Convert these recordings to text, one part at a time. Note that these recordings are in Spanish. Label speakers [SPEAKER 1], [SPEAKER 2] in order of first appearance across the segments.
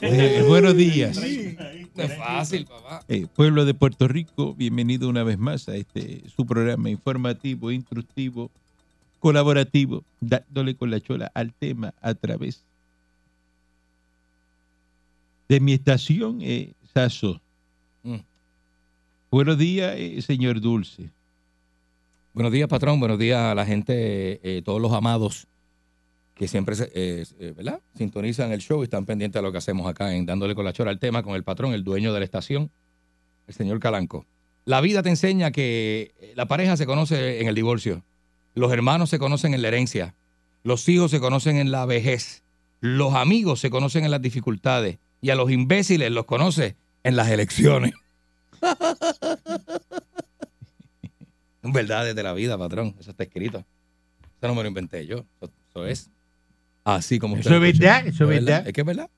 [SPEAKER 1] Eh, buenos días.
[SPEAKER 2] No es fácil, papá.
[SPEAKER 1] Eh, pueblo de Puerto Rico, bienvenido una vez más a este su programa informativo, instructivo, colaborativo, dándole con la chola al tema a través de mi estación eh, Saso.
[SPEAKER 2] Mm.
[SPEAKER 1] Buenos días, eh, señor Dulce.
[SPEAKER 2] Buenos días, patrón. Buenos días a la gente, eh, todos los amados que siempre se- eh, eh, ¿verdad? sintonizan el show y están pendientes a lo que hacemos acá en Dándole con la Chora al tema con el patrón, el dueño de la estación, el señor Calanco. La vida te enseña que la pareja se conoce en el divorcio, los hermanos se conocen en la herencia, los hijos se conocen en la vejez, los amigos se conocen en las dificultades y a los imbéciles los conoce en las elecciones. Verdades de la vida, patrón. Eso está escrito. Eso no me lo inventé yo. Eso, eso es así como
[SPEAKER 1] Eso
[SPEAKER 2] usted
[SPEAKER 1] es
[SPEAKER 2] lo escucha.
[SPEAKER 1] verdad, eso es verdad.
[SPEAKER 2] Es que es verdad.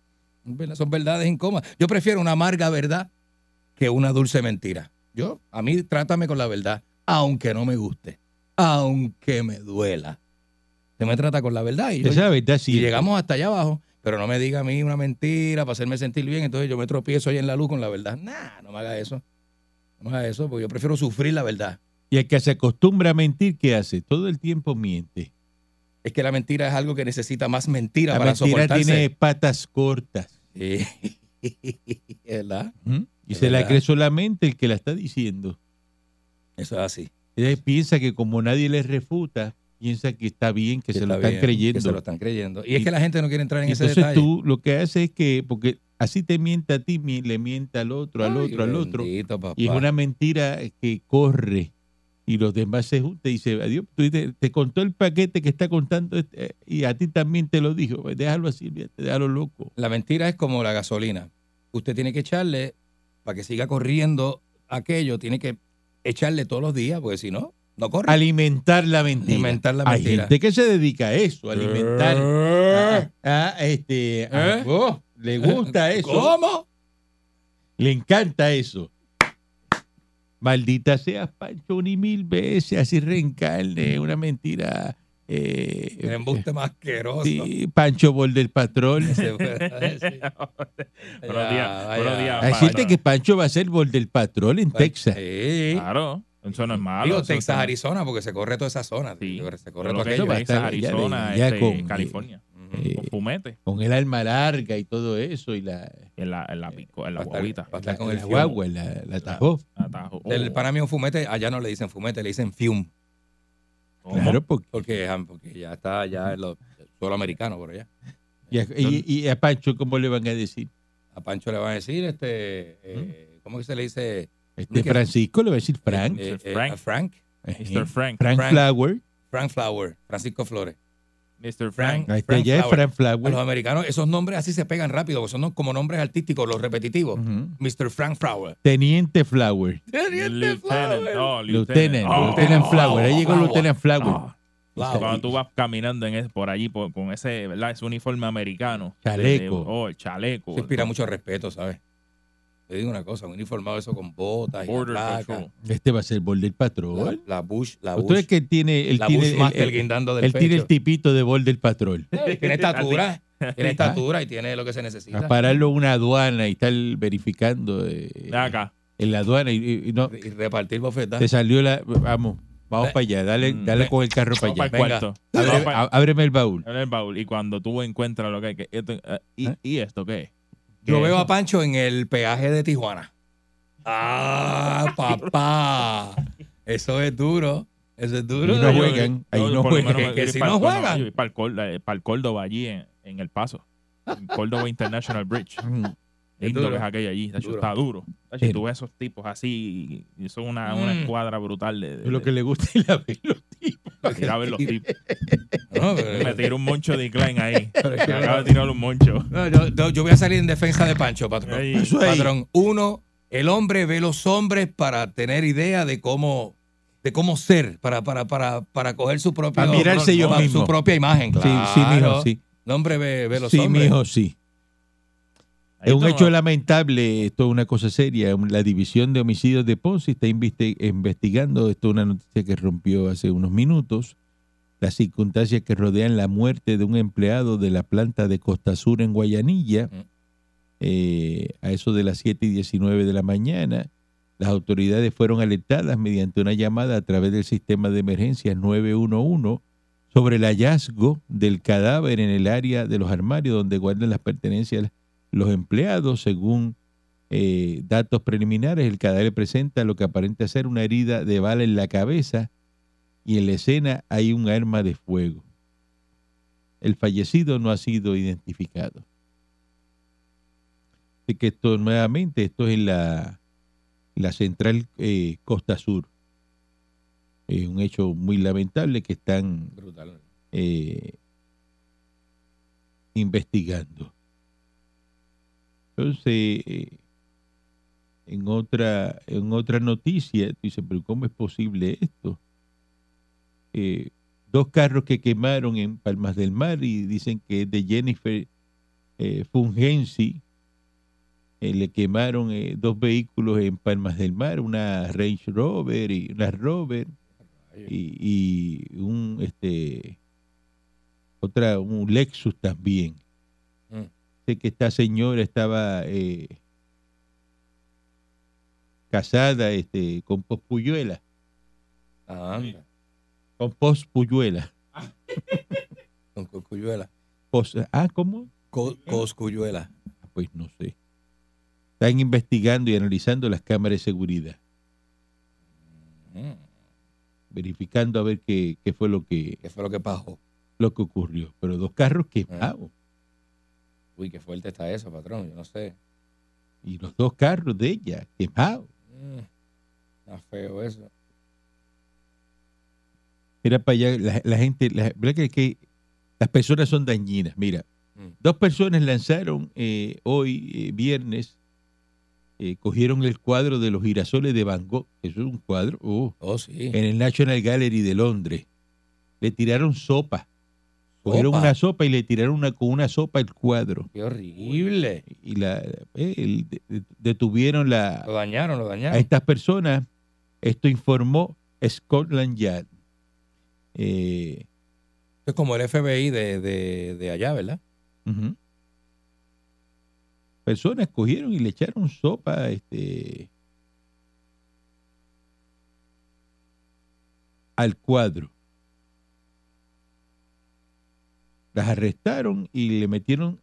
[SPEAKER 2] Es verdad. Son verdades en coma. Yo prefiero una amarga verdad que una dulce mentira. Yo, a mí, trátame con la verdad, aunque no me guste, aunque me duela. Se me trata con la verdad y yo,
[SPEAKER 1] Esa verdad sí.
[SPEAKER 2] y llegamos hasta allá abajo, pero no me diga a mí una mentira para hacerme sentir bien, entonces yo me tropiezo ahí en la luz con la verdad. Nah, no me haga eso. No me haga eso, porque yo prefiero sufrir la verdad.
[SPEAKER 1] Y el que se acostumbra a mentir, ¿qué hace? Todo el tiempo miente.
[SPEAKER 2] Es que la mentira es algo que necesita más mentira
[SPEAKER 1] La
[SPEAKER 2] para
[SPEAKER 1] mentira tiene
[SPEAKER 2] soportarse.
[SPEAKER 1] patas cortas.
[SPEAKER 2] Sí. ¿Verdad?
[SPEAKER 1] ¿Mm? Y
[SPEAKER 2] Es
[SPEAKER 1] se la
[SPEAKER 2] verdad.
[SPEAKER 1] cree solamente el que la está diciendo.
[SPEAKER 2] Eso es así.
[SPEAKER 1] Ella piensa que como nadie les refuta, piensa que está bien, que se lo
[SPEAKER 2] Está
[SPEAKER 1] están
[SPEAKER 2] bien, Que se lo
[SPEAKER 1] creyendo.
[SPEAKER 2] están creyendo. Y es
[SPEAKER 1] Y-
[SPEAKER 2] que la gente no quiere entrar en
[SPEAKER 1] Y
[SPEAKER 2] ese
[SPEAKER 1] entonces
[SPEAKER 2] detalle.
[SPEAKER 1] tú lo que haces es que, porque así te mienta a ti, mi- le mienta al otro, al
[SPEAKER 2] Ay,
[SPEAKER 1] otro, al otro.
[SPEAKER 2] bendito, papá.
[SPEAKER 1] Y es una mentira que corre. Y los demás se juntan y dicen, adiós, tú dices, te contó el paquete que está contando este, eh, y a ti también te lo dijo. Pues Déjalo así, olvídate, déjalo loco.
[SPEAKER 2] La mentira es como la gasolina. Usted tiene que echarle, para que siga corriendo aquello, tiene que echarle todos los días, porque si no, no corre.
[SPEAKER 1] Alimentar la mentira.
[SPEAKER 2] Alimentar la
[SPEAKER 1] Hay
[SPEAKER 2] mentira.
[SPEAKER 1] gente que se dedica a eso, a alimentar.
[SPEAKER 2] Eh.
[SPEAKER 1] a- a, Ah, este, a-
[SPEAKER 2] Eh.
[SPEAKER 1] oh, le gusta eso.
[SPEAKER 2] ¿Cómo?
[SPEAKER 1] Le encanta eso. Maldita seas, Pancho, ni mil veces, así reencarne, una mentira. eh,
[SPEAKER 2] El embuste más asqueroso.
[SPEAKER 1] sí, Pancho Bol del Patrón.
[SPEAKER 2] Se puede decir.
[SPEAKER 3] Buenos
[SPEAKER 2] Ya,
[SPEAKER 3] días,
[SPEAKER 2] vaya. Pues,
[SPEAKER 3] buenos días.
[SPEAKER 1] Hay gente que Pancho va a ser Bol del Patrón en Texas.
[SPEAKER 2] Sí.
[SPEAKER 3] Claro, eso no es malo.
[SPEAKER 2] Digo,
[SPEAKER 3] eso
[SPEAKER 2] Texas,
[SPEAKER 3] está-
[SPEAKER 2] Arizona, porque se corre toda esa zona.
[SPEAKER 3] Sí.
[SPEAKER 2] Se corre todo
[SPEAKER 3] Yo lo que es
[SPEAKER 2] aquello.
[SPEAKER 1] va a
[SPEAKER 3] Texas,
[SPEAKER 1] estar- ya le-
[SPEAKER 3] Arizona,
[SPEAKER 1] ya
[SPEAKER 3] este,
[SPEAKER 1] con-
[SPEAKER 3] California.
[SPEAKER 1] eh,
[SPEAKER 3] Con fumete.
[SPEAKER 1] Con el alma larga y todo eso, y la,
[SPEAKER 3] En la, en la, pico- en la
[SPEAKER 2] eh, va a estar-
[SPEAKER 3] guaguita.
[SPEAKER 2] va a estar
[SPEAKER 1] la-
[SPEAKER 2] con
[SPEAKER 1] la
[SPEAKER 2] el fiume.
[SPEAKER 1] guagua, la, la tajó.
[SPEAKER 3] Atajo. Oh,
[SPEAKER 2] El, para mí un fumete, allá no le dicen fumete, le dicen fium.
[SPEAKER 3] ¿cómo?
[SPEAKER 1] Claro, porque.
[SPEAKER 2] Porque, ah, porque ya está, ya en lo- el suelo americano por allá.
[SPEAKER 1] Y
[SPEAKER 2] Eh,
[SPEAKER 1] a, y- y a Pancho, ¿cómo le van a decir?
[SPEAKER 2] A Pancho le van a decir, este, eh, ¿cómo que se le dice?
[SPEAKER 1] Este
[SPEAKER 2] ¿Qué?
[SPEAKER 1] Francisco le va a decir Frank.
[SPEAKER 2] Eh,
[SPEAKER 3] Mr.
[SPEAKER 2] eh,
[SPEAKER 3] Frank.
[SPEAKER 2] a Frank.
[SPEAKER 1] Ajá.
[SPEAKER 3] Mr. Frank.
[SPEAKER 1] Frank,
[SPEAKER 2] Frank.
[SPEAKER 1] Flower.
[SPEAKER 2] Frank Flower, Francisco Flores.
[SPEAKER 3] Mr. Frank.
[SPEAKER 1] Ahí está,
[SPEAKER 2] Frank
[SPEAKER 1] ya es
[SPEAKER 2] Flower.
[SPEAKER 1] Frank
[SPEAKER 2] A los
[SPEAKER 1] Flower.
[SPEAKER 2] americanos, esos nombres así se pegan rápido, porque son no- como nombres artísticos, los repetitivos.
[SPEAKER 1] Ujú.
[SPEAKER 2] Mr. Frank Flower. este
[SPEAKER 1] Teniente Flower.
[SPEAKER 3] Lieutenant. No,
[SPEAKER 1] Lieutenant,
[SPEAKER 2] Ah,
[SPEAKER 3] Oh,
[SPEAKER 1] Lieutenant Flower. Ahí
[SPEAKER 2] oh,
[SPEAKER 1] llegó
[SPEAKER 2] oh,
[SPEAKER 1] Lieutenant Flower.
[SPEAKER 3] oh. Cuando
[SPEAKER 2] Flower.
[SPEAKER 3] tú vas caminando en ese- por allí por- con ese, ¿verdad? ese uniforme americano.
[SPEAKER 1] Chaleco.
[SPEAKER 3] De- de- oh, el chaleco.
[SPEAKER 2] Eso inspira mucho respeto, ¿sabes? Te digo una cosa, un uniformado eso con botas y
[SPEAKER 3] Border
[SPEAKER 2] la placa,
[SPEAKER 3] Patrol.
[SPEAKER 1] Este va a ser Border
[SPEAKER 2] la,
[SPEAKER 1] Patrol.
[SPEAKER 2] la Bush, la
[SPEAKER 1] ¿Usted
[SPEAKER 2] Bush,
[SPEAKER 1] es que él tiene, él
[SPEAKER 2] la
[SPEAKER 1] tiene,
[SPEAKER 2] Bush
[SPEAKER 1] el-
[SPEAKER 2] Master
[SPEAKER 1] el-
[SPEAKER 2] guindando del
[SPEAKER 1] él tiene el
[SPEAKER 2] pecho.
[SPEAKER 1] tipito de Border Patrol?
[SPEAKER 2] Tiene estatura,
[SPEAKER 1] Ah.
[SPEAKER 2] tiene estatura y tiene lo que se necesita.
[SPEAKER 1] A pararlo en una aduana y estar verificando eh,
[SPEAKER 3] Ven acá.
[SPEAKER 1] en la aduana y, y- y no,
[SPEAKER 2] Y repartir bofetadas.
[SPEAKER 1] te salió la, vamos, vamos
[SPEAKER 2] Ve.
[SPEAKER 1] para allá, dale,
[SPEAKER 3] Mm,
[SPEAKER 1] dale
[SPEAKER 2] ve.
[SPEAKER 1] con el carro para
[SPEAKER 3] Vamos
[SPEAKER 1] allá.
[SPEAKER 3] para el
[SPEAKER 2] Venga.
[SPEAKER 3] cuarto.
[SPEAKER 1] Ábreme,
[SPEAKER 3] Vamos para-
[SPEAKER 1] á- ábreme el baúl.
[SPEAKER 3] abre el baúl. Y cuando tú encuentras lo que hay que. esto- eh, y,
[SPEAKER 1] ¿Eh?
[SPEAKER 3] ¿Y esto qué es?
[SPEAKER 2] Yo
[SPEAKER 3] ¿Qué
[SPEAKER 2] veo
[SPEAKER 3] es?
[SPEAKER 2] a Pancho en el peaje de Tijuana. Ah, papá. Eso es duro. Eso es
[SPEAKER 1] Y
[SPEAKER 2] duro.
[SPEAKER 1] no
[SPEAKER 2] Yo-
[SPEAKER 1] juegan, ahí
[SPEAKER 3] Yo,
[SPEAKER 1] no
[SPEAKER 3] por lo menos,
[SPEAKER 1] juegan.
[SPEAKER 2] que
[SPEAKER 3] yo
[SPEAKER 2] si
[SPEAKER 3] voy
[SPEAKER 2] no
[SPEAKER 3] pa'l-
[SPEAKER 2] juegan.
[SPEAKER 3] yo voy
[SPEAKER 1] Mm,
[SPEAKER 3] pa'l Córdoba- eh, pa'l Córdoba allí en, en El Paso. En Córdoba International Bridge. Ey,
[SPEAKER 2] duro.
[SPEAKER 3] lo que es aquello allí, tacho,
[SPEAKER 2] Duro.
[SPEAKER 3] está duro. Tacho,
[SPEAKER 2] Sí.
[SPEAKER 3] tú ves esos tipos así, y son una, una
[SPEAKER 2] Mm.
[SPEAKER 3] escuadra brutal de, de-
[SPEAKER 1] Lo que le gusta es la velocidad.
[SPEAKER 3] de ir a ver los tipos.
[SPEAKER 2] No,
[SPEAKER 3] Me
[SPEAKER 2] pero-
[SPEAKER 3] tiró un moncho de Klein ahí.
[SPEAKER 2] pero es que-
[SPEAKER 3] Me acaba de tirar un moncho.
[SPEAKER 2] No, yo, yo- yo voy a salir en defensa de Pancho, patrón.
[SPEAKER 3] Ey.
[SPEAKER 1] Eso ahí.
[SPEAKER 2] Patrón, uno, el hombre ve los hombres para tener idea de cómo, de cómo ser, para, para, para, para coger su propia,
[SPEAKER 1] Para mirarse ellos
[SPEAKER 2] su
[SPEAKER 1] mismos.
[SPEAKER 2] propia imagen.
[SPEAKER 1] Sí, sí, mijo,
[SPEAKER 2] Claro.
[SPEAKER 1] sí.
[SPEAKER 2] El hombre ve, ve los
[SPEAKER 1] sí,
[SPEAKER 2] hombres.
[SPEAKER 1] mijo, sí.
[SPEAKER 3] Ahí
[SPEAKER 1] Es un
[SPEAKER 3] tú no-
[SPEAKER 1] hecho lamentable, esto es una cosa seria. La División de Homicidios de Ponce está inviste- investigando, esto es una noticia que rompió hace unos minutos, las circunstancias que rodean la muerte de un empleado de la planta de Costa Sur en Guayanilla,
[SPEAKER 2] Mm.
[SPEAKER 1] eh, a eso de las 7 y 19 de la mañana. Las autoridades fueron alertadas mediante una llamada a través del sistema de emergencias 911 sobre el hallazgo del cadáver en el área de los armarios donde guardan las pertenencias los empleados, según eh, datos preliminares, el cadáver presenta lo que aparenta ser una herida de bala en la cabeza y en la escena hay un arma de fuego. El fallecido no ha sido identificado. Así que esto nuevamente, esto es en la, la central eh, Costa Sur. Es un hecho muy lamentable que están
[SPEAKER 2] Brutal.
[SPEAKER 1] eh, investigando. Entonces, eh, en otra, en otra noticia, tú dices, pero ¿cómo es posible esto? Eh, dos carros que quemaron en Palmas del Mar y dicen que es de Jennifer eh, Fungensi. eh, le quemaron eh, dos vehículos en Palmas del Mar, una Range Rover y una Rover y, y un este otra un Lexus también
[SPEAKER 2] Mm.
[SPEAKER 1] sé que esta señora estaba eh, casada este con pospuyuela
[SPEAKER 2] Ah, anda,
[SPEAKER 1] con pospuyuela
[SPEAKER 2] Con coscuyuela.
[SPEAKER 1] Pos- ah cómo
[SPEAKER 2] Co- Coscuyuela.
[SPEAKER 1] Ah, pues no sé están investigando y analizando las cámaras de seguridad
[SPEAKER 2] Mm,
[SPEAKER 1] verificando a ver qué, qué fue lo que
[SPEAKER 2] ¿Qué fue lo que pasó?
[SPEAKER 1] lo que ocurrió pero dos carros quemados
[SPEAKER 2] Uy, qué fuerte está eso, patrón. Yo no sé.
[SPEAKER 1] y los dos carros de ella quemados
[SPEAKER 2] Mm, Está feo eso.
[SPEAKER 1] Mira para allá, la, la gente, la, ¿verdad que, que las personas son dañinas? Mira,
[SPEAKER 2] Mm.
[SPEAKER 1] dos personas lanzaron eh, hoy, eh, viernes, eh, cogieron el cuadro de los girasoles de Van Gogh, eso es un cuadro, oh,
[SPEAKER 2] Oh, sí.
[SPEAKER 1] en el National Gallery de Londres. Le tiraron sopa, cogieron
[SPEAKER 2] Sopa.
[SPEAKER 1] una sopa y le tiraron una, con una sopa el cuadro.
[SPEAKER 2] Qué horrible.
[SPEAKER 1] Y la, eh, el- de- de- detuvieron la,
[SPEAKER 2] Lo dañaron, lo dañaron.
[SPEAKER 1] a estas personas. Esto informó Scotland Yard. Eh,
[SPEAKER 2] Es como el FBI de, de, de allá, ¿verdad?
[SPEAKER 1] Ujú. Personas cogieron y le echaron sopa, este, al cuadro. Las arrestaron y le metieron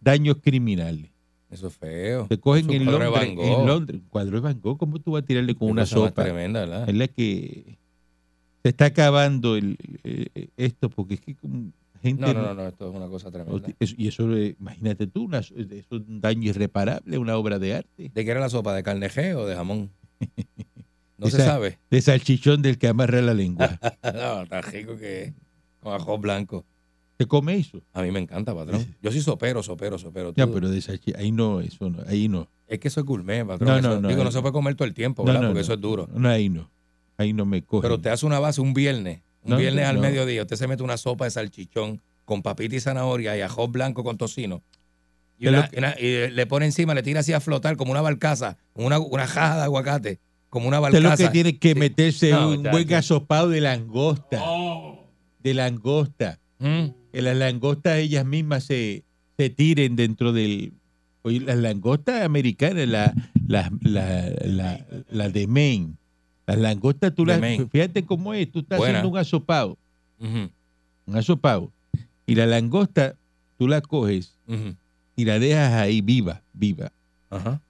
[SPEAKER 1] daños criminales.
[SPEAKER 2] Eso es feo.
[SPEAKER 1] Te cogen
[SPEAKER 2] Eso es un
[SPEAKER 1] en
[SPEAKER 2] cuadro de
[SPEAKER 1] Londres,
[SPEAKER 2] Van Gogh.
[SPEAKER 1] en Londres, un cuadro de Van Gogh, ¿cómo tú vas a tirarle con
[SPEAKER 2] Qué
[SPEAKER 1] una
[SPEAKER 2] cosa más
[SPEAKER 1] sopa?
[SPEAKER 2] Tremenda, ¿verdad?
[SPEAKER 1] es la que eh, se está acabando el, eh, esto porque es que como gente
[SPEAKER 2] No, no, no, no, esto es una cosa tremenda.
[SPEAKER 1] Hostia, eso- y eso, eh, imagínate tú, una- eso es un daño irreparable, una obra de arte.
[SPEAKER 2] ¿De qué era la sopa? ¿De carnejeo o de jamón? No se
[SPEAKER 1] Esa-
[SPEAKER 2] sabe.
[SPEAKER 1] De salchichón del que amarra la lengua.
[SPEAKER 2] no, está rico que es. Con ajo blanco.
[SPEAKER 1] ¿Te come eso?
[SPEAKER 2] A mí me encanta, patrón. Yo sí sopero, sopero, sopero.
[SPEAKER 1] Ya,
[SPEAKER 2] Tú-
[SPEAKER 1] pero de salchi- ahí no, eso no, ahí no.
[SPEAKER 2] Es que eso es gourmet, patrón.
[SPEAKER 1] No,
[SPEAKER 2] Eso-
[SPEAKER 1] no, no.
[SPEAKER 2] digo, no se puede comer todo el tiempo,
[SPEAKER 1] No,
[SPEAKER 2] ¿verdad?
[SPEAKER 1] no,
[SPEAKER 2] Porque
[SPEAKER 1] no.
[SPEAKER 2] eso es duro.
[SPEAKER 1] No, ahí no. Ahí no me coge.
[SPEAKER 2] Pero usted hace una base un viernes, un
[SPEAKER 1] No,
[SPEAKER 2] viernes al
[SPEAKER 1] no.
[SPEAKER 2] mediodía, usted se mete una sopa de salchichón con papita y zanahoria y ajo blanco con tocino. Y,
[SPEAKER 1] Que
[SPEAKER 2] una-
[SPEAKER 1] lo que-
[SPEAKER 2] una- y le pone encima, le tira así a flotar como una balcaza, una, una jaja de aguacate, como una
[SPEAKER 1] Usted lo
[SPEAKER 2] balcaza.
[SPEAKER 1] que tiene que meterse
[SPEAKER 2] No,
[SPEAKER 1] un
[SPEAKER 2] ya,
[SPEAKER 1] buen
[SPEAKER 2] ya.
[SPEAKER 1] gasopado de langosta.
[SPEAKER 2] Oh.
[SPEAKER 1] De langosta.
[SPEAKER 2] Mm.
[SPEAKER 1] Que las langostas ellas mismas se, se tiren dentro del... Oye, las langostas americanas, las la, la, la, la de Maine. Las langostas, tú
[SPEAKER 2] De
[SPEAKER 1] las...
[SPEAKER 2] Maine.
[SPEAKER 1] Fíjate cómo es, tú estás
[SPEAKER 2] Buena.
[SPEAKER 1] haciendo un asopado.
[SPEAKER 2] Ujú,
[SPEAKER 1] un asopado, y la langosta tú la coges
[SPEAKER 2] ujú.
[SPEAKER 1] y la dejas ahí viva, viva.
[SPEAKER 2] Ajá.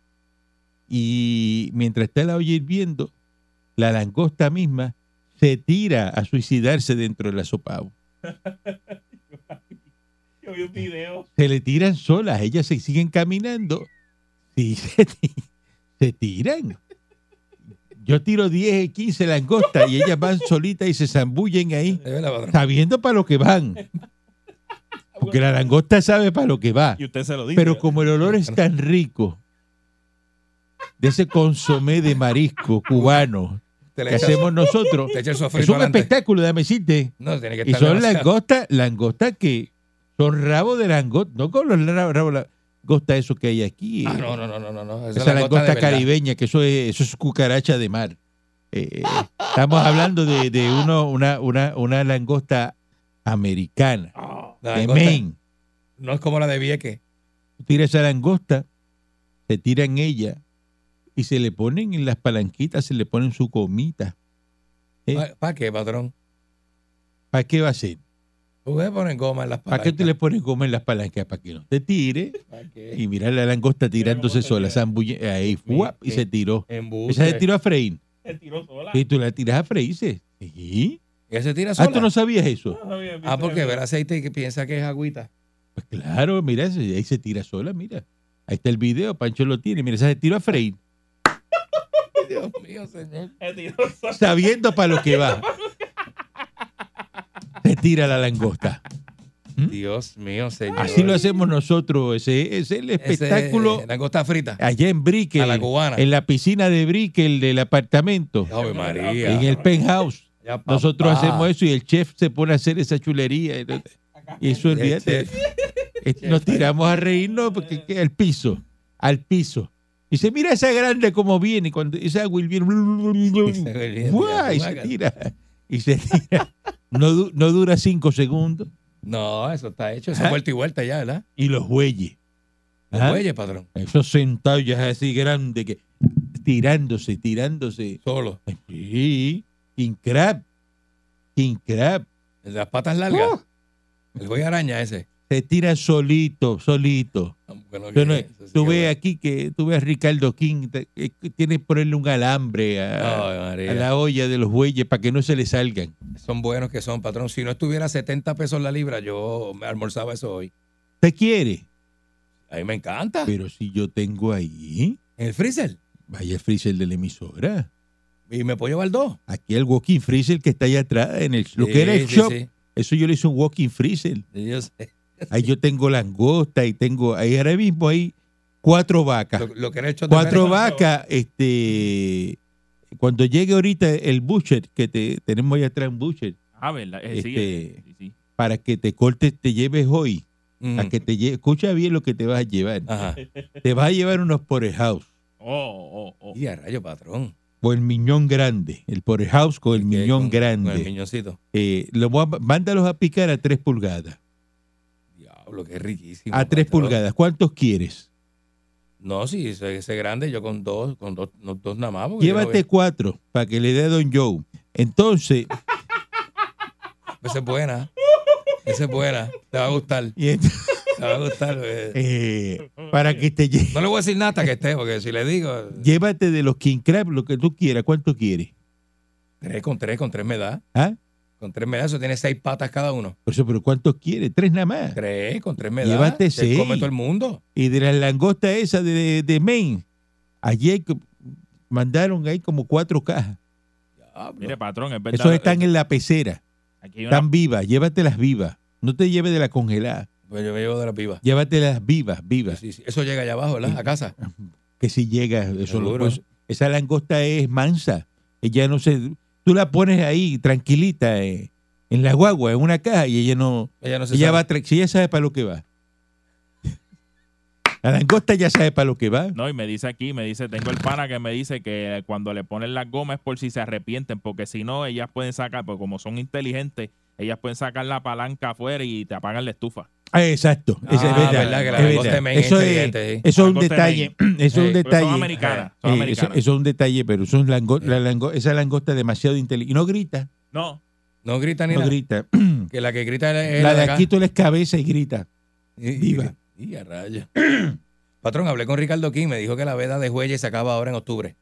[SPEAKER 1] Y mientras está la olla hirviendo, la langosta misma se tira a suicidarse dentro del asopado.
[SPEAKER 3] Yo vi un video.
[SPEAKER 1] se le tiran solas, ellas se siguen caminando y se, ti- se tiran. Yo tiro 10, 15 langostas y ellas van solitas y se zambullen ahí,
[SPEAKER 2] Es verdad, patrón.
[SPEAKER 1] sabiendo para lo que van. Porque la langosta sabe para lo que va.
[SPEAKER 3] Y usted se lo dice.
[SPEAKER 1] Pero como el olor es tan rico de ese consomé de marisco cubano
[SPEAKER 2] Te le
[SPEAKER 1] que
[SPEAKER 2] echa-
[SPEAKER 1] hacemos nosotros,
[SPEAKER 2] te echa el
[SPEAKER 1] es
[SPEAKER 2] sofrito
[SPEAKER 1] un
[SPEAKER 2] adelante.
[SPEAKER 1] espectáculo, déjame decirte.
[SPEAKER 2] No, tiene que
[SPEAKER 1] Y
[SPEAKER 2] estar
[SPEAKER 1] son
[SPEAKER 2] demasiado-
[SPEAKER 1] langostas, langostas que son rabos de langosta, no con los ra- rabos de langosta esos que hay aquí.
[SPEAKER 2] Ah, no, no, no, no, no, no. Esa,
[SPEAKER 1] Esa,
[SPEAKER 2] es la
[SPEAKER 1] langosta,
[SPEAKER 2] langosta de verdad.
[SPEAKER 1] caribeña, que eso es, eso es cucaracha de mar. Eh, estamos hablando de, de uno, una, una, una langosta americana,
[SPEAKER 2] La
[SPEAKER 1] de
[SPEAKER 2] langosta
[SPEAKER 1] Maine.
[SPEAKER 2] No es como la de Vieque.
[SPEAKER 1] Tú tiras esa langosta, se tira en ella y se le ponen en las palanquitas, se le ponen su comita. Eh.
[SPEAKER 2] ¿Para qué, patrón?
[SPEAKER 1] ¿Para qué va a ser?
[SPEAKER 2] Ustedes ponen goma en las
[SPEAKER 1] ¿Para qué tú le pones goma en las palancas? Para que no te tire.
[SPEAKER 2] ¿Para qué?
[SPEAKER 1] Y mirar la langosta tirándose sola, zambulle- ahí, ¡fuap! y
[SPEAKER 2] sí.
[SPEAKER 1] se tiró.
[SPEAKER 2] Embuste.
[SPEAKER 1] Esa se tiró a freír.
[SPEAKER 3] Se tiró sola.
[SPEAKER 1] Y tú la tiras a freír, ¿sí? Sí.
[SPEAKER 2] Ella se tira
[SPEAKER 1] Ah,
[SPEAKER 2] sola.
[SPEAKER 1] tú no sabías eso.
[SPEAKER 3] No había visto
[SPEAKER 2] Ah, porque
[SPEAKER 3] eso.
[SPEAKER 2] ve el aceite y que piensa que es agüita.
[SPEAKER 1] Pues claro, mira, se- ahí se tira sola, mira. Ahí está el video, Pancho lo tiene. Mira, esa se tiró a freír,
[SPEAKER 2] Dios mío, señor.
[SPEAKER 3] Se tiró sola.
[SPEAKER 1] sabiendo para lo que va. Se tira la langosta.
[SPEAKER 2] Dios mío, señor.
[SPEAKER 1] Así lo hacemos nosotros. Ese, ese es el
[SPEAKER 2] Ese,
[SPEAKER 1] espectáculo
[SPEAKER 2] eh, langosta frita.
[SPEAKER 1] allá en
[SPEAKER 2] A la
[SPEAKER 1] Brickell,
[SPEAKER 2] cubana.
[SPEAKER 1] en la piscina de Brickell del apartamento,
[SPEAKER 2] Ave María.
[SPEAKER 1] en el penthouse.
[SPEAKER 2] Ya, papá.
[SPEAKER 1] Nosotros hacemos eso y el chef se pone a hacer esa chulería. Y no- y eso,
[SPEAKER 2] El
[SPEAKER 1] olvídate.
[SPEAKER 2] chef.
[SPEAKER 1] eh, Nos tiramos a reírnos porque que al piso, al piso. Y dice, mira esa grande como viene. Y cuando esa Will viene,
[SPEAKER 2] viene,
[SPEAKER 1] ¡guau! y se
[SPEAKER 2] guácala.
[SPEAKER 1] tira. Y se tira. No, du- no dura cinco segundos.
[SPEAKER 2] No, eso está hecho. Esa
[SPEAKER 1] Ajá.
[SPEAKER 2] vuelta y vuelta ya, ¿verdad?
[SPEAKER 1] Y los bueyes.
[SPEAKER 2] Los
[SPEAKER 1] ¿Ah?
[SPEAKER 2] bueyes, patrón.
[SPEAKER 1] Esos sentados ya así grandes que tirándose, tirándose.
[SPEAKER 2] Solo.
[SPEAKER 1] Sí. King Crab. King Crab.
[SPEAKER 2] El de las patas largas.
[SPEAKER 1] Uh.
[SPEAKER 2] El buey araña ese.
[SPEAKER 1] Se tira solito, solito.
[SPEAKER 2] Bueno,
[SPEAKER 1] Yo no-
[SPEAKER 2] que- eso sí
[SPEAKER 1] tú
[SPEAKER 2] que
[SPEAKER 1] ves
[SPEAKER 2] bueno.
[SPEAKER 1] aquí que tú ves a Ricardo King, te- eh, tiene que ponerle un alambre a,
[SPEAKER 2] Ay, María.
[SPEAKER 1] a la olla de los bueyes para que no se le salgan.
[SPEAKER 2] Son buenos que son, patrón. Si no estuviera 70 pesos la libra, yo me almorzaba eso hoy.
[SPEAKER 1] Te quiere,
[SPEAKER 2] A mí me encanta.
[SPEAKER 1] pero si yo tengo ahí,
[SPEAKER 2] En el freezer.
[SPEAKER 1] vaya el freezer de la emisora.
[SPEAKER 2] Y me puedo llevar dos.
[SPEAKER 1] Aquí el walking freezer que está allá atrás, en el, lo
[SPEAKER 2] Sí,
[SPEAKER 1] que era el
[SPEAKER 2] sí,
[SPEAKER 1] shop,
[SPEAKER 2] sí.
[SPEAKER 1] eso yo le hice un walking freezer.
[SPEAKER 2] Sí, yo sé.
[SPEAKER 1] Ahí yo tengo langosta y tengo, ahí ahora mismo hay cuatro vacas.
[SPEAKER 2] Lo, lo que era el shop de
[SPEAKER 1] cuatro
[SPEAKER 2] América.
[SPEAKER 1] vacas, este, cuando llegue ahorita el butcher, que te, tenemos allá atrás un butcher,
[SPEAKER 3] Ah, ¿verdad? Eh, sí,
[SPEAKER 1] Este-
[SPEAKER 3] eh, sí, sí.
[SPEAKER 1] para que te cortes, te lleves hoy,
[SPEAKER 2] Mm.
[SPEAKER 1] a que te lle- escucha bien lo que te vas a llevar.
[SPEAKER 2] Ajá.
[SPEAKER 1] Te vas a llevar unos porterhouse
[SPEAKER 3] Oh, oh, oh.
[SPEAKER 2] Y a rayo, patrón.
[SPEAKER 1] o el miñón grande, el porterhouse con el
[SPEAKER 2] Que
[SPEAKER 1] miñón
[SPEAKER 2] con-
[SPEAKER 1] grande.
[SPEAKER 2] Con el miñoncito.
[SPEAKER 1] Eh, lo voy a- mándalos a picar a tres pulgadas,
[SPEAKER 2] Diablo, qué riquísimo.
[SPEAKER 1] a tres
[SPEAKER 2] patrón.
[SPEAKER 1] pulgadas. ¿Cuántos quieres?
[SPEAKER 2] No, sí, ese, ese grande, yo con dos, con dos, no, dos nada más. porque yo no
[SPEAKER 1] Llévate cuatro para que le dé a Don Joe. Entonces,
[SPEAKER 2] veo- Esa es buena. Esa es buena. Te va a gustar.
[SPEAKER 1] y ent-
[SPEAKER 2] Te va a gustar. eh.
[SPEAKER 1] eh, para que te lle-
[SPEAKER 2] No le voy a decir nada hasta que esté, porque si le digo,
[SPEAKER 1] llévate de los King Crab lo que tú quieras. ¿Cuánto quieres?
[SPEAKER 2] tres con tres, con tres me da.
[SPEAKER 1] ¿Ah?
[SPEAKER 2] Con tres me da, eso tiene seis patas cada uno.
[SPEAKER 1] Por eso, pero ¿cuántos quieres? Tres nada más.
[SPEAKER 2] Tres, con tres me da.
[SPEAKER 1] Llévate
[SPEAKER 2] Se come
[SPEAKER 1] seis.
[SPEAKER 2] todo el mundo.
[SPEAKER 1] y de las langostas esas de, de Maine. Ayer que- mandaron ahí como cuatro cajas.
[SPEAKER 2] Diablo.
[SPEAKER 3] Mire, patrón, es verdad. Eh,
[SPEAKER 1] Esas
[SPEAKER 2] eh,
[SPEAKER 1] están en la pecera,
[SPEAKER 3] Aquí hay una-
[SPEAKER 1] están vivas, llévatelas vivas. No te lleves de la congelada,
[SPEAKER 2] Pues yo me llevo de las vivas.
[SPEAKER 1] llévatelas vivas, vivas.
[SPEAKER 2] Sí, sí, Eso llega allá abajo, ¿verdad? A casa.
[SPEAKER 1] Que si llega, eso lo
[SPEAKER 2] Seguro.
[SPEAKER 1] puedes- esa langosta es mansa. Ella no se. Tú la pones ahí tranquilita eh, en la guagua, en una caja, y ella no.
[SPEAKER 2] Ella no se
[SPEAKER 1] Ella
[SPEAKER 2] sabe.
[SPEAKER 1] va, tra- si ella sabe para lo que va. La langosta ya sabe para lo que va.
[SPEAKER 3] No, y me dice aquí, me dice, tengo el pana que me dice que cuando le ponen las gomas es por si se arrepienten, porque si no, ellas pueden sacar, porque como son inteligentes, ellas pueden sacar la palanca afuera y te apagan la estufa.
[SPEAKER 1] Ah, exacto. Esa es
[SPEAKER 3] Ah,
[SPEAKER 1] verdad.
[SPEAKER 3] verdad, que la
[SPEAKER 1] es
[SPEAKER 2] langosta
[SPEAKER 1] verdad.
[SPEAKER 2] de Maine es
[SPEAKER 1] Eso, es,
[SPEAKER 2] inteligente, sí.
[SPEAKER 1] eso es un
[SPEAKER 3] Langosta de
[SPEAKER 1] detalle. Eso es un
[SPEAKER 2] Sí.
[SPEAKER 3] Porque
[SPEAKER 1] detalle.
[SPEAKER 3] son americanas, son
[SPEAKER 1] eh, eso,
[SPEAKER 3] americanas.
[SPEAKER 1] eso es un detalle, pero son lango-
[SPEAKER 2] Sí.
[SPEAKER 1] la lango- esa langosta es demasiado inteligente. Y no grita,
[SPEAKER 3] No,
[SPEAKER 2] No grita ni
[SPEAKER 1] no
[SPEAKER 2] nada.
[SPEAKER 1] grita.
[SPEAKER 2] Que la que grita es
[SPEAKER 1] La de
[SPEAKER 2] acá.
[SPEAKER 1] aquí tú les cabeza y grita.
[SPEAKER 2] Y- y-
[SPEAKER 1] Viva.
[SPEAKER 2] Y a rayos. Patrón, hablé con Ricardo King, me dijo que la veda de Jueyes se acaba ahora en octubre.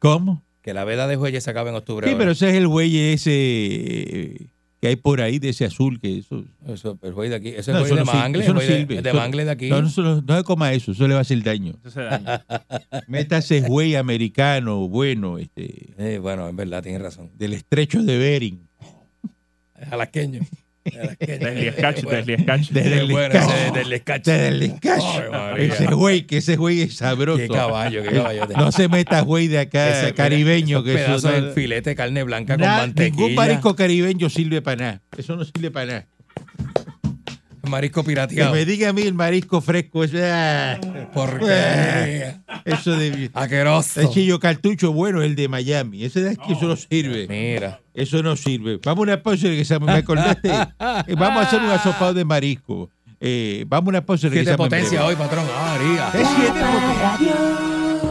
[SPEAKER 1] ¿Cómo?
[SPEAKER 2] Que la veda de Jueyes se acaba en octubre.
[SPEAKER 1] Sí,
[SPEAKER 2] ahora.
[SPEAKER 1] pero ese es el güey ese eh, que hay por ahí de ese azul que eso,
[SPEAKER 2] Eso, el juez de aquí. Ese
[SPEAKER 1] No,
[SPEAKER 2] juez
[SPEAKER 1] eso
[SPEAKER 2] de
[SPEAKER 1] no sirve,
[SPEAKER 2] Mangle,
[SPEAKER 1] eso no
[SPEAKER 2] el juez de,
[SPEAKER 1] sirve,
[SPEAKER 2] de
[SPEAKER 1] eso-
[SPEAKER 2] Mangle de aquí.
[SPEAKER 1] no, no, se lo- no se coma eso, eso le va a hacer daño.
[SPEAKER 3] Eso se daña.
[SPEAKER 1] Métase güey americano, bueno, este,
[SPEAKER 2] Eh, bueno, es verdad, tienes razón.
[SPEAKER 1] del estrecho de Bering.
[SPEAKER 2] Jalasqueño. Jalasqueño.
[SPEAKER 3] Del escacho, del escacho.
[SPEAKER 1] Del
[SPEAKER 2] Qué bueno,
[SPEAKER 1] escacho.
[SPEAKER 2] ese del escacho.
[SPEAKER 1] Este del escacho.
[SPEAKER 2] Ay, María.
[SPEAKER 1] Ese güey, que ese güey es sabroso.
[SPEAKER 2] Qué caballo, qué caballo.
[SPEAKER 1] No se meta güey de acá,
[SPEAKER 2] Ese-
[SPEAKER 1] caribeño, que
[SPEAKER 2] esos
[SPEAKER 1] eso
[SPEAKER 2] pedazos
[SPEAKER 1] no-
[SPEAKER 2] de filete de carne blanca con
[SPEAKER 1] nada,
[SPEAKER 2] mantequilla.
[SPEAKER 1] ningún marisco caribeño sirve para nada. Eso no sirve para nada.
[SPEAKER 2] Marisco
[SPEAKER 1] Que
[SPEAKER 2] pirateado.
[SPEAKER 1] me diga a mí el marisco fresco, eso, ah, eh,
[SPEAKER 2] Porquería.
[SPEAKER 1] eso de
[SPEAKER 2] Aqueroso.
[SPEAKER 1] el chillo cartucho bueno, el de Miami. Ese de aquí, eso no sirve.
[SPEAKER 2] Mira.
[SPEAKER 1] Eso no sirve. Vamos a una pausa y regresamos. ¿Me acordaste? Eh, Vamos a hacer un asopado de marisco. Eh, vamos a una pausa y
[SPEAKER 2] Siete
[SPEAKER 1] regresamos. en breve.
[SPEAKER 2] potencia hoy, patrón. Ah, María.
[SPEAKER 1] Es siete potencia.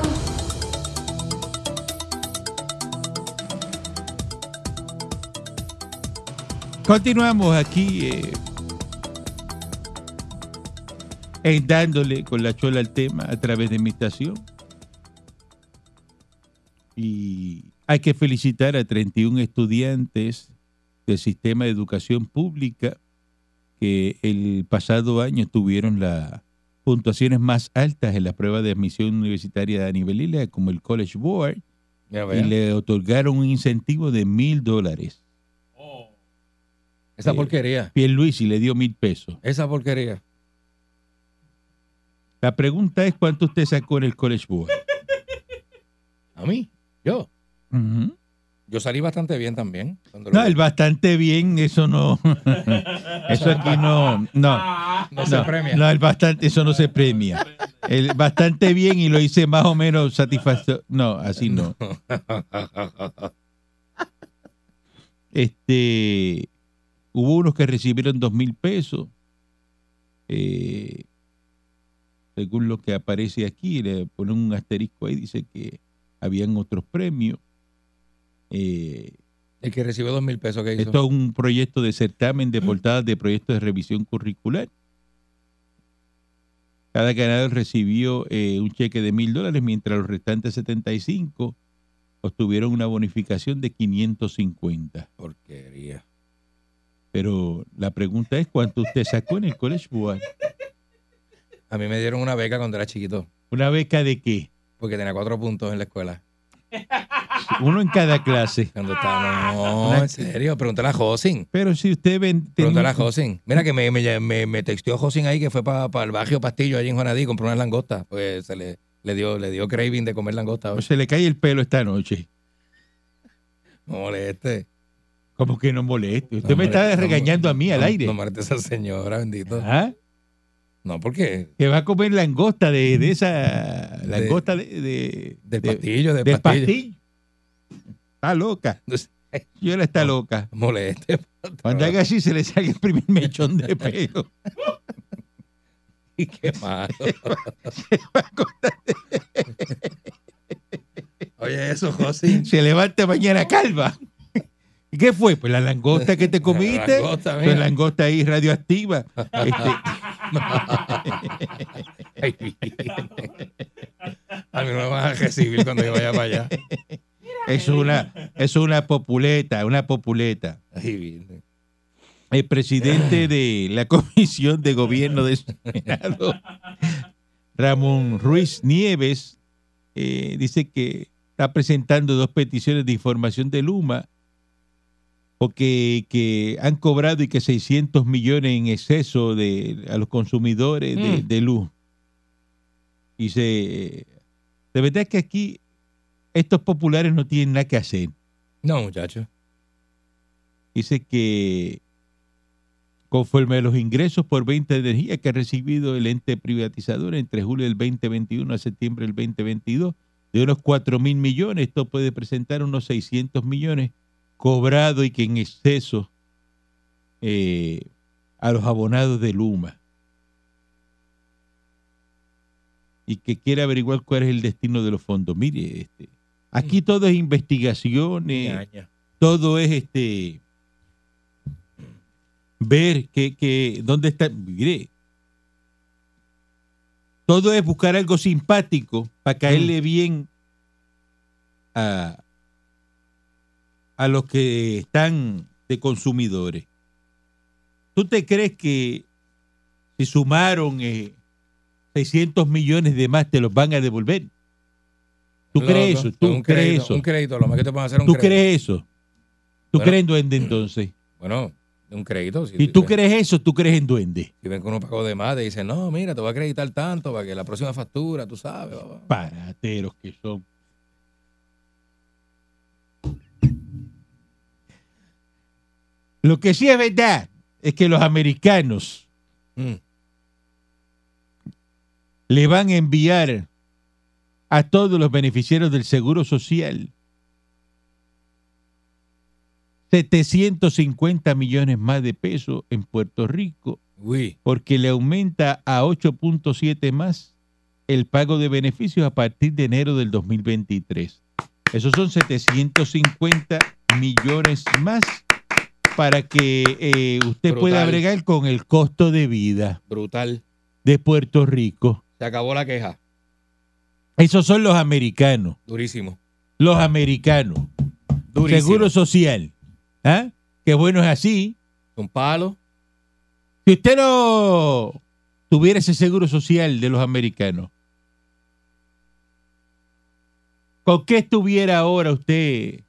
[SPEAKER 1] Continuamos aquí eh, en dándole con la chola al tema a través de mi estación. Y hay que felicitar a 31 estudiantes del sistema de educación pública que el pasado año tuvieron las puntuaciones más altas en la prueba de admisión universitaria a nivel isla, como el College Board,
[SPEAKER 2] Ya
[SPEAKER 1] y
[SPEAKER 2] vea.
[SPEAKER 1] le otorgaron un incentivo de mil dólares.
[SPEAKER 2] Esa porquería.
[SPEAKER 1] Pierluisi le dio mil pesos.
[SPEAKER 2] Esa porquería.
[SPEAKER 1] La pregunta es cuánto usted sacó en el College Board.
[SPEAKER 2] A mí. Yo.
[SPEAKER 1] Ujú.
[SPEAKER 2] Yo salí bastante bien también. cuando lo-
[SPEAKER 1] No, el bastante bien, eso no. eso aquí no. No,
[SPEAKER 2] no se
[SPEAKER 1] no,
[SPEAKER 2] premia.
[SPEAKER 1] no, el bastante, eso no se premia. El bastante bien y lo hice más o menos satisfactorio. No, así no. Este, hubo unos que recibieron dos mil pesos. eh, según lo que aparece aquí, le ponen un asterisco ahí, dice que habían otros premios. Eh,
[SPEAKER 2] El que recibió dos mil pesos que hizo.
[SPEAKER 1] esto es un proyecto de certamen de portadas de proyectos de revisión curricular. Cada ganador recibió eh, un cheque de mil dólares, mientras los restantes 75 obtuvieron una bonificación de 550.
[SPEAKER 2] Porquería.
[SPEAKER 1] Pero la pregunta es cuánto usted sacó en el College Board.
[SPEAKER 2] A mí me dieron una beca cuando era chiquito.
[SPEAKER 1] ¿Una beca de qué?
[SPEAKER 2] Porque tenía cuatro puntos en la escuela.
[SPEAKER 1] Uno en cada clase.
[SPEAKER 2] Cuando estaba. No, en serio. Pregúntale a Josin.
[SPEAKER 1] Pero si usted ven- tenía-
[SPEAKER 2] Pregúntale a Josin. Mira que me, me, me, me texteó Josin ahí que fue para el barrio Pastillo allí en Juanadí y compró unas langostas. Pues se le, le dio, le dio craving de comer langosta.
[SPEAKER 1] se le cae el pelo esta noche.
[SPEAKER 2] No moleste.
[SPEAKER 1] Como que no moleste. Usted
[SPEAKER 2] No
[SPEAKER 1] me está
[SPEAKER 2] moleste, no
[SPEAKER 1] regañando a mí al
[SPEAKER 2] No-
[SPEAKER 1] aire.
[SPEAKER 2] No moleste a esa señora, bendito.
[SPEAKER 1] ¿Ah?
[SPEAKER 2] No, porque
[SPEAKER 1] Que va a comer langosta de, de esa. Langosta de. de-
[SPEAKER 2] Mm. del
[SPEAKER 1] de-
[SPEAKER 2] pastillo, del,
[SPEAKER 1] del
[SPEAKER 2] pastillo.
[SPEAKER 1] pastillo. Está loca. Yo la está loca.
[SPEAKER 2] Moleste.
[SPEAKER 1] Cuando haga así se le sale el primer mechón de pelo.
[SPEAKER 2] Y qué malo. Oye, eso, Josin.
[SPEAKER 1] Se levanta mañana calva. ¿Y qué fue? Pues la langosta que te comiste.
[SPEAKER 2] La langosta,
[SPEAKER 1] pues
[SPEAKER 2] mira.
[SPEAKER 1] langosta ahí radioactiva. Este,
[SPEAKER 2] Ay, a mí no me vas a recibir cuando yo vaya para allá.
[SPEAKER 1] es una, es una populeta, una populeta.
[SPEAKER 2] Ay, bien.
[SPEAKER 1] El Eh, presidente de la Comisión de Gobierno del Senado, Ramón Ruiz Nieves, eh, dice que está presentando dos peticiones de información de Luma porque que han cobrado y que 600 millones en exceso de, a los consumidores de,
[SPEAKER 2] Mm.
[SPEAKER 1] de luz. Y se, de verdad que aquí estos populares no tienen nada que hacer
[SPEAKER 2] No, muchacho.
[SPEAKER 1] dice que conforme a los ingresos por venta de energía que ha recibido el ente privatizador entre julio del 2021 a septiembre del 2022, de unos 4 mil millones, esto puede presentar unos 600 millones cobrado y que en exceso eh, a los abonados de Luma. Y que quiere averiguar cuál es el destino de los fondos. Mire, este, aquí todo es investigaciones, todo es este ver que, que dónde está mire todo es buscar algo simpático para caerle bien a a los que están de consumidores ¿Tú te crees que si sumaron eh, 600 millones de más te los van a devolver? ¿Tú
[SPEAKER 2] Loco,
[SPEAKER 1] crees eso? ¿Tú
[SPEAKER 2] un
[SPEAKER 1] crees
[SPEAKER 2] crédito,
[SPEAKER 1] eso?
[SPEAKER 2] Un crédito, lo más que te pueden hacer es un
[SPEAKER 1] ¿Tú
[SPEAKER 2] crédito.
[SPEAKER 1] crees eso? ¿Tú
[SPEAKER 2] Bueno.
[SPEAKER 1] crees en duende entonces?
[SPEAKER 2] Bueno, un crédito. Si,
[SPEAKER 1] Si tú
[SPEAKER 2] si-
[SPEAKER 1] crees eso, tú crees en duende.
[SPEAKER 2] Si ven con un pago de más, te dicen, no, mira, te voy a acreditar tanto para que la próxima factura, tú sabes. va, va".
[SPEAKER 1] Parateros que son. Lo que sí es verdad es que los americanos
[SPEAKER 2] Mm.
[SPEAKER 1] le van a enviar a todos los beneficiarios del Seguro Social 750 millones más de pesos en Puerto Rico
[SPEAKER 2] Uy,
[SPEAKER 1] porque le aumenta a 8.7 más el pago de beneficios a partir de enero del 2023. Esos son 750 millones más para que eh, usted
[SPEAKER 2] Brutal.
[SPEAKER 1] pueda bregar con el costo de vida
[SPEAKER 2] brutal.
[SPEAKER 1] de Puerto Rico.
[SPEAKER 2] Se acabó la queja.
[SPEAKER 1] Esos son los americanos,
[SPEAKER 2] Durísimo.
[SPEAKER 1] los americanos.
[SPEAKER 2] Durísimo.
[SPEAKER 1] Seguro social. ¿Ah? Qué bueno es así.
[SPEAKER 2] Un palo.
[SPEAKER 1] Si usted no tuviera ese seguro social de los americanos, ¿con qué estuviera ahora usted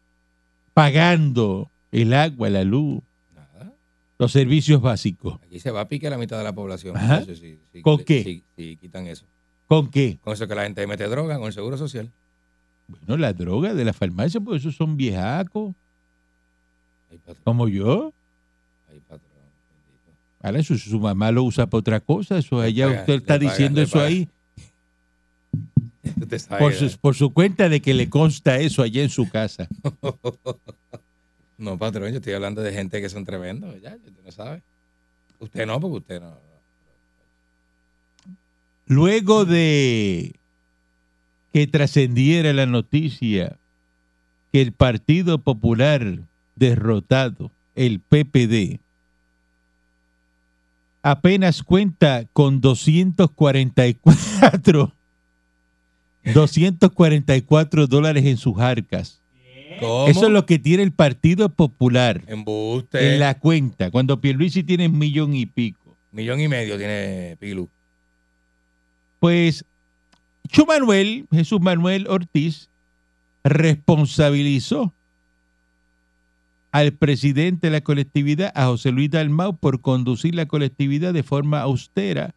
[SPEAKER 1] pagando el agua, la luz,
[SPEAKER 2] Nada.
[SPEAKER 1] los servicios básicos?
[SPEAKER 2] Aquí se va a pique la mitad de la población.
[SPEAKER 1] Ajá.
[SPEAKER 2] muchachos, si- si-
[SPEAKER 1] ¿Con
[SPEAKER 2] si-
[SPEAKER 1] qué?
[SPEAKER 2] si- si quitan eso.
[SPEAKER 1] ¿Con qué?
[SPEAKER 2] Con eso que la gente mete droga, con el seguro social.
[SPEAKER 1] Bueno, la droga de la farmacia, pues esos son viejacos,
[SPEAKER 2] Ay, patrón.
[SPEAKER 1] como yo.
[SPEAKER 2] Ay, patrón. bendito.
[SPEAKER 1] Ahora eso su mamá lo usa para otra cosa, eso
[SPEAKER 2] Le
[SPEAKER 1] allá
[SPEAKER 2] paga,
[SPEAKER 1] usted está
[SPEAKER 2] le paga,
[SPEAKER 1] diciendo
[SPEAKER 2] le
[SPEAKER 1] eso
[SPEAKER 2] paga.
[SPEAKER 1] ahí
[SPEAKER 2] Tú te sabes,
[SPEAKER 1] por
[SPEAKER 2] ¿eh?
[SPEAKER 1] su, por su cuenta de que le consta eso allá en su casa.
[SPEAKER 2] No, patrón, yo estoy hablando de gente que son tremendos, ya, usted no sabe. Usted no, porque usted no.
[SPEAKER 1] luego de que trascendiera la noticia que el Partido Popular derrotado, el PPD, apenas cuenta con 244, 244 dólares en sus arcas.
[SPEAKER 2] ¿Cómo?
[SPEAKER 1] Eso es lo que tiene el Partido Popular
[SPEAKER 2] Embuste.
[SPEAKER 1] en la cuenta. Cuando Pierluisi tiene un millón y pico.
[SPEAKER 2] Millón y medio tiene Pilu.
[SPEAKER 1] Pues Chumanuel, Jesús Manuel Ortiz, responsabilizó al presidente de la colectividad, a José Luis Dalmau, por conducir la colectividad de forma austera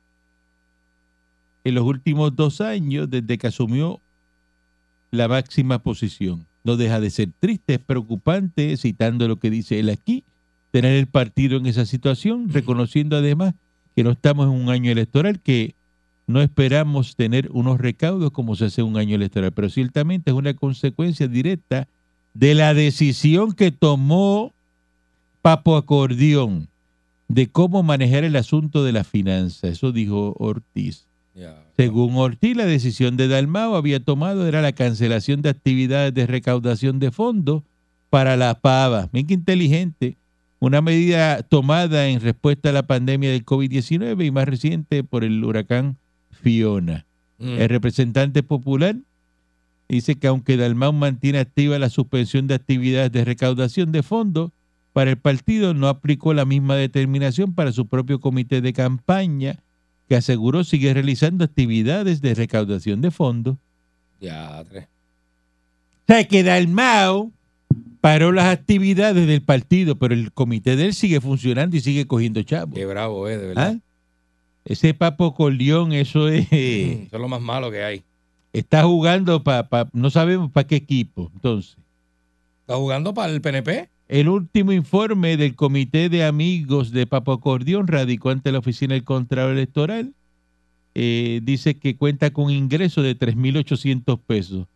[SPEAKER 1] en los últimos dos años desde que asumió la máxima posición. No deja de ser triste, es preocupante, citando lo que dice él aquí, tener el partido en esa situación, reconociendo además que no estamos en un año electoral, que no esperamos tener unos recaudos como se hace un año electoral, pero ciertamente es una consecuencia directa de la decisión que tomó Papo Acordeón de cómo manejar el asunto de la finanza. Eso dijo Ortiz.
[SPEAKER 2] Ya.
[SPEAKER 1] Según Ortiz, la decisión de Dalmao había tomado era la cancelación de actividades de recaudación de fondos para la pava. Miren qué inteligente. Una medida tomada en respuesta a la pandemia del COVID-19 y más reciente por el huracán Fiona.
[SPEAKER 2] Mm.
[SPEAKER 1] El representante popular dice que aunque Dalmau mantiene activa la suspensión de actividades de recaudación de fondos, para el partido no aplicó la misma determinación para su propio comité de campaña, que aseguró sigue realizando actividades de recaudación de fondos.
[SPEAKER 2] Ya, tres.
[SPEAKER 1] O sea, que Dalmau paró las actividades del partido, pero el comité de él sigue funcionando y sigue cogiendo chavos.
[SPEAKER 2] Qué bravo, eh, de verdad.
[SPEAKER 1] ¿Ah? Ese papo colión, eso es...
[SPEAKER 2] Mm, Eso es lo más malo que hay.
[SPEAKER 1] está jugando para, no sabemos para qué equipo. Entonces,
[SPEAKER 2] ¿Está jugando para el PNP?
[SPEAKER 1] el último informe del Comité de Amigos de Papo Acordeón radicó ante la Oficina del Contralor Electoral. eh, dice que cuenta con ingresos de 3.800 pesos.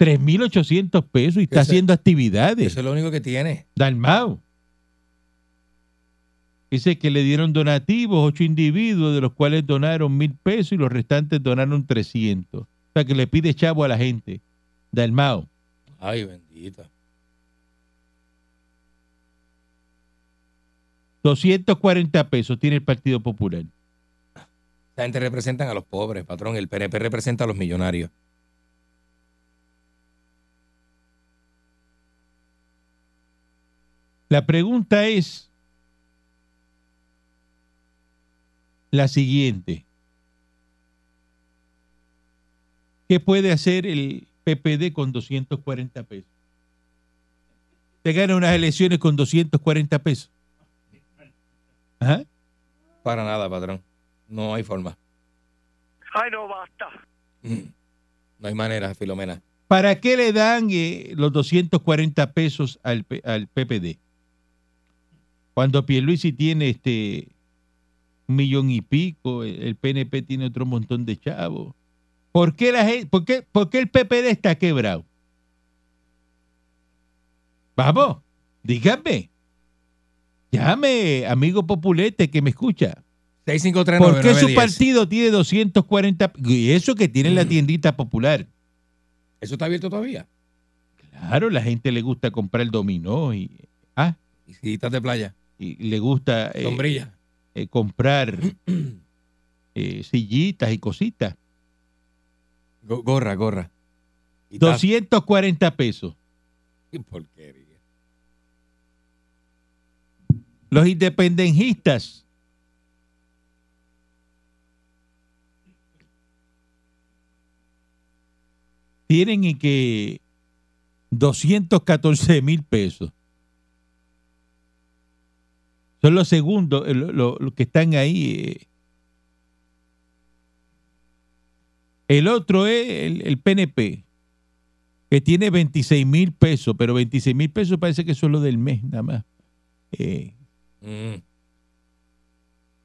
[SPEAKER 1] 3.800 pesos y está
[SPEAKER 2] Ese-
[SPEAKER 1] haciendo actividades.
[SPEAKER 2] Eso es lo único que tiene.
[SPEAKER 1] Dalmau. Dice que le dieron donativos, ocho individuos, de los cuales donaron mil pesos y los restantes donaron 300. O sea, que le pide chavo a la gente. Dalmau.
[SPEAKER 2] Ay, bendito.
[SPEAKER 1] 240 pesos tiene el Partido Popular.
[SPEAKER 2] La gente representan a los pobres, patrón. El PNP representa a los millonarios.
[SPEAKER 1] La pregunta es, la siguiente. ¿Qué puede hacer el PPD con 240 pesos? Te gana unas elecciones con 240 pesos. ¿Ah? Ajá.
[SPEAKER 2] Para nada, patrón. No hay forma. Mm.
[SPEAKER 4] Ay, no basta.
[SPEAKER 2] No hay manera, Filomena.
[SPEAKER 1] ¿Para qué le dan eh, los 240 pesos al, P- al PPD? Cuando Pierluisi tiene este un millón y pico, el, el PNP tiene otro montón de chavos. ¿Por qué, la gen- por qué- por qué el PPD está quebrado? Vamos, díganme. Llame, amigo populete que me escucha. ¿Por qué su
[SPEAKER 2] 6539910.
[SPEAKER 1] partido tiene 240? p- Y eso que tiene la tiendita popular.
[SPEAKER 2] Eso está abierto todavía.
[SPEAKER 1] Claro, la gente le gusta comprar el dominó y, ah,
[SPEAKER 2] Y citas de playa.
[SPEAKER 1] y le gusta eh,
[SPEAKER 2] Sombrilla.
[SPEAKER 1] eh, comprar eh, sillitas y cositas.
[SPEAKER 2] Go- gorra, gorra. Y taza.
[SPEAKER 1] 240 pesos.
[SPEAKER 2] Qué porquería.
[SPEAKER 1] Los independentistas. Tienen y que 214 mil pesos. Son los segundos, eh, lo- lo- los que están ahí. eh. El otro es el, el PNP, que tiene 26 mil pesos, pero 26 mil pesos parece que son los del mes nada más. Eh,
[SPEAKER 2] Mm.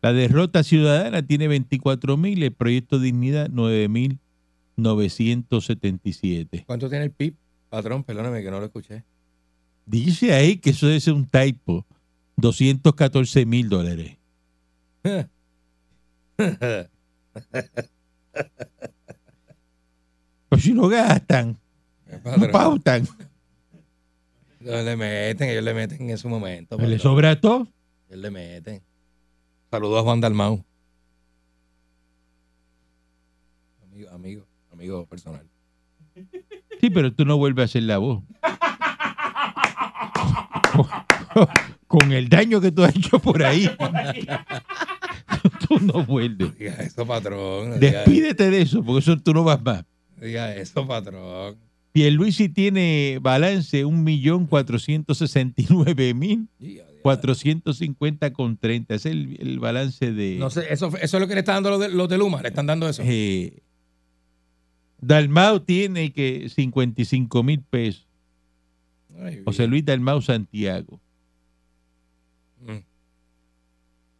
[SPEAKER 1] la derrota ciudadana tiene 24.000, el proyecto Dignidad 9.977.
[SPEAKER 2] ¿Cuánto tiene el PIB? Patrón, perdóname que no lo escuché.
[SPEAKER 1] Dice ahí que eso es un typo, 214 mil dólares. Pues si no gastan, no
[SPEAKER 2] Eh, Patrón,
[SPEAKER 1] pautan,
[SPEAKER 2] ellos le meten, ellos le meten en su momento.
[SPEAKER 1] le
[SPEAKER 2] patrón.
[SPEAKER 1] sobra todo.
[SPEAKER 2] Ellos le meten. Saludos a Juan Dalmau. Amigo, amigo, amigo personal.
[SPEAKER 1] Sí, pero tú no vuelves a hacer la voz. Con el daño que tú has hecho por ahí, tú no vuelves.
[SPEAKER 2] Diga eso, patrón. no diga-
[SPEAKER 1] Despídete de eso, porque eso tú no vas más.
[SPEAKER 2] Diga eso, patrón.
[SPEAKER 1] Pierluisi tiene balance 1.469.450
[SPEAKER 2] Diga, diga.
[SPEAKER 1] con 30. Es el, el balance de
[SPEAKER 2] No sé, eso, eso es lo que le están dando los de, los de Luma, le están dando eso.
[SPEAKER 1] eh, Dalmau tiene que 55 mil pesos.
[SPEAKER 2] Ay,
[SPEAKER 1] José Luis Dalmau Santiago.
[SPEAKER 2] Mm.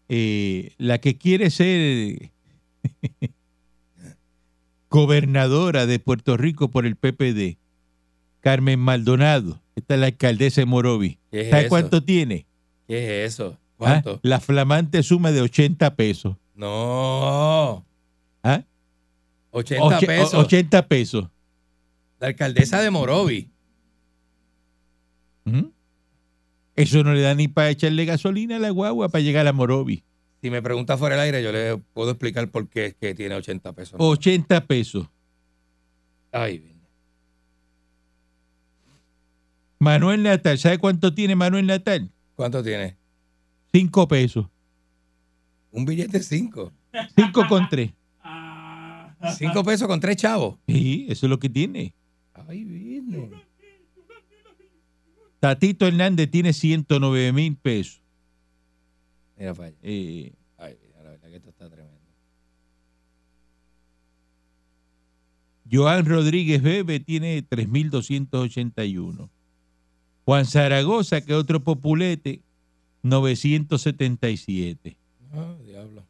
[SPEAKER 1] Eh, la que quiere ser gobernadora de Puerto Rico por el PPD, Carmen Maldonado. Esta es la alcaldesa de Morovi.
[SPEAKER 2] ¿Qué es
[SPEAKER 1] ¿Sabes
[SPEAKER 2] eso?
[SPEAKER 1] cuánto tiene?
[SPEAKER 2] ¿Qué es eso?
[SPEAKER 1] ¿Ah?
[SPEAKER 2] ¿Cuánto?
[SPEAKER 1] La flamante suma de 80 pesos.
[SPEAKER 2] No.
[SPEAKER 1] ¿Ah?
[SPEAKER 2] 80
[SPEAKER 1] Oche-
[SPEAKER 2] pesos.
[SPEAKER 1] o- 80 pesos.
[SPEAKER 2] La alcaldesa de Morovi.
[SPEAKER 1] Ujú. ¿Mm? Eso no le da ni para echarle gasolina a la guagua para llegar a Morovi.
[SPEAKER 2] Si me pregunta fuera del aire, yo le puedo explicar por qué es que tiene 80 pesos.
[SPEAKER 1] 80 pesos.
[SPEAKER 2] Ay, bien.
[SPEAKER 1] Manuel Natal, ¿sabe cuánto tiene Manuel Natal?
[SPEAKER 2] ¿cuánto tiene?
[SPEAKER 1] 5 pesos.
[SPEAKER 2] Un billete 5.
[SPEAKER 1] 5 con 3.
[SPEAKER 2] 5 pesos con 3 chavos.
[SPEAKER 1] Sí, eso es lo que tiene.
[SPEAKER 2] Ay, bien.
[SPEAKER 1] Tatito Hernández tiene 109 mil pesos.
[SPEAKER 2] Mira para allá.
[SPEAKER 1] Eh,
[SPEAKER 2] Ay, mira, la verdad que esto está tremendo.
[SPEAKER 1] Joan Rodríguez Bebe tiene 3.281. Juan Zaragoza, que es otro populete, 977.
[SPEAKER 2] No, Ah, diablo.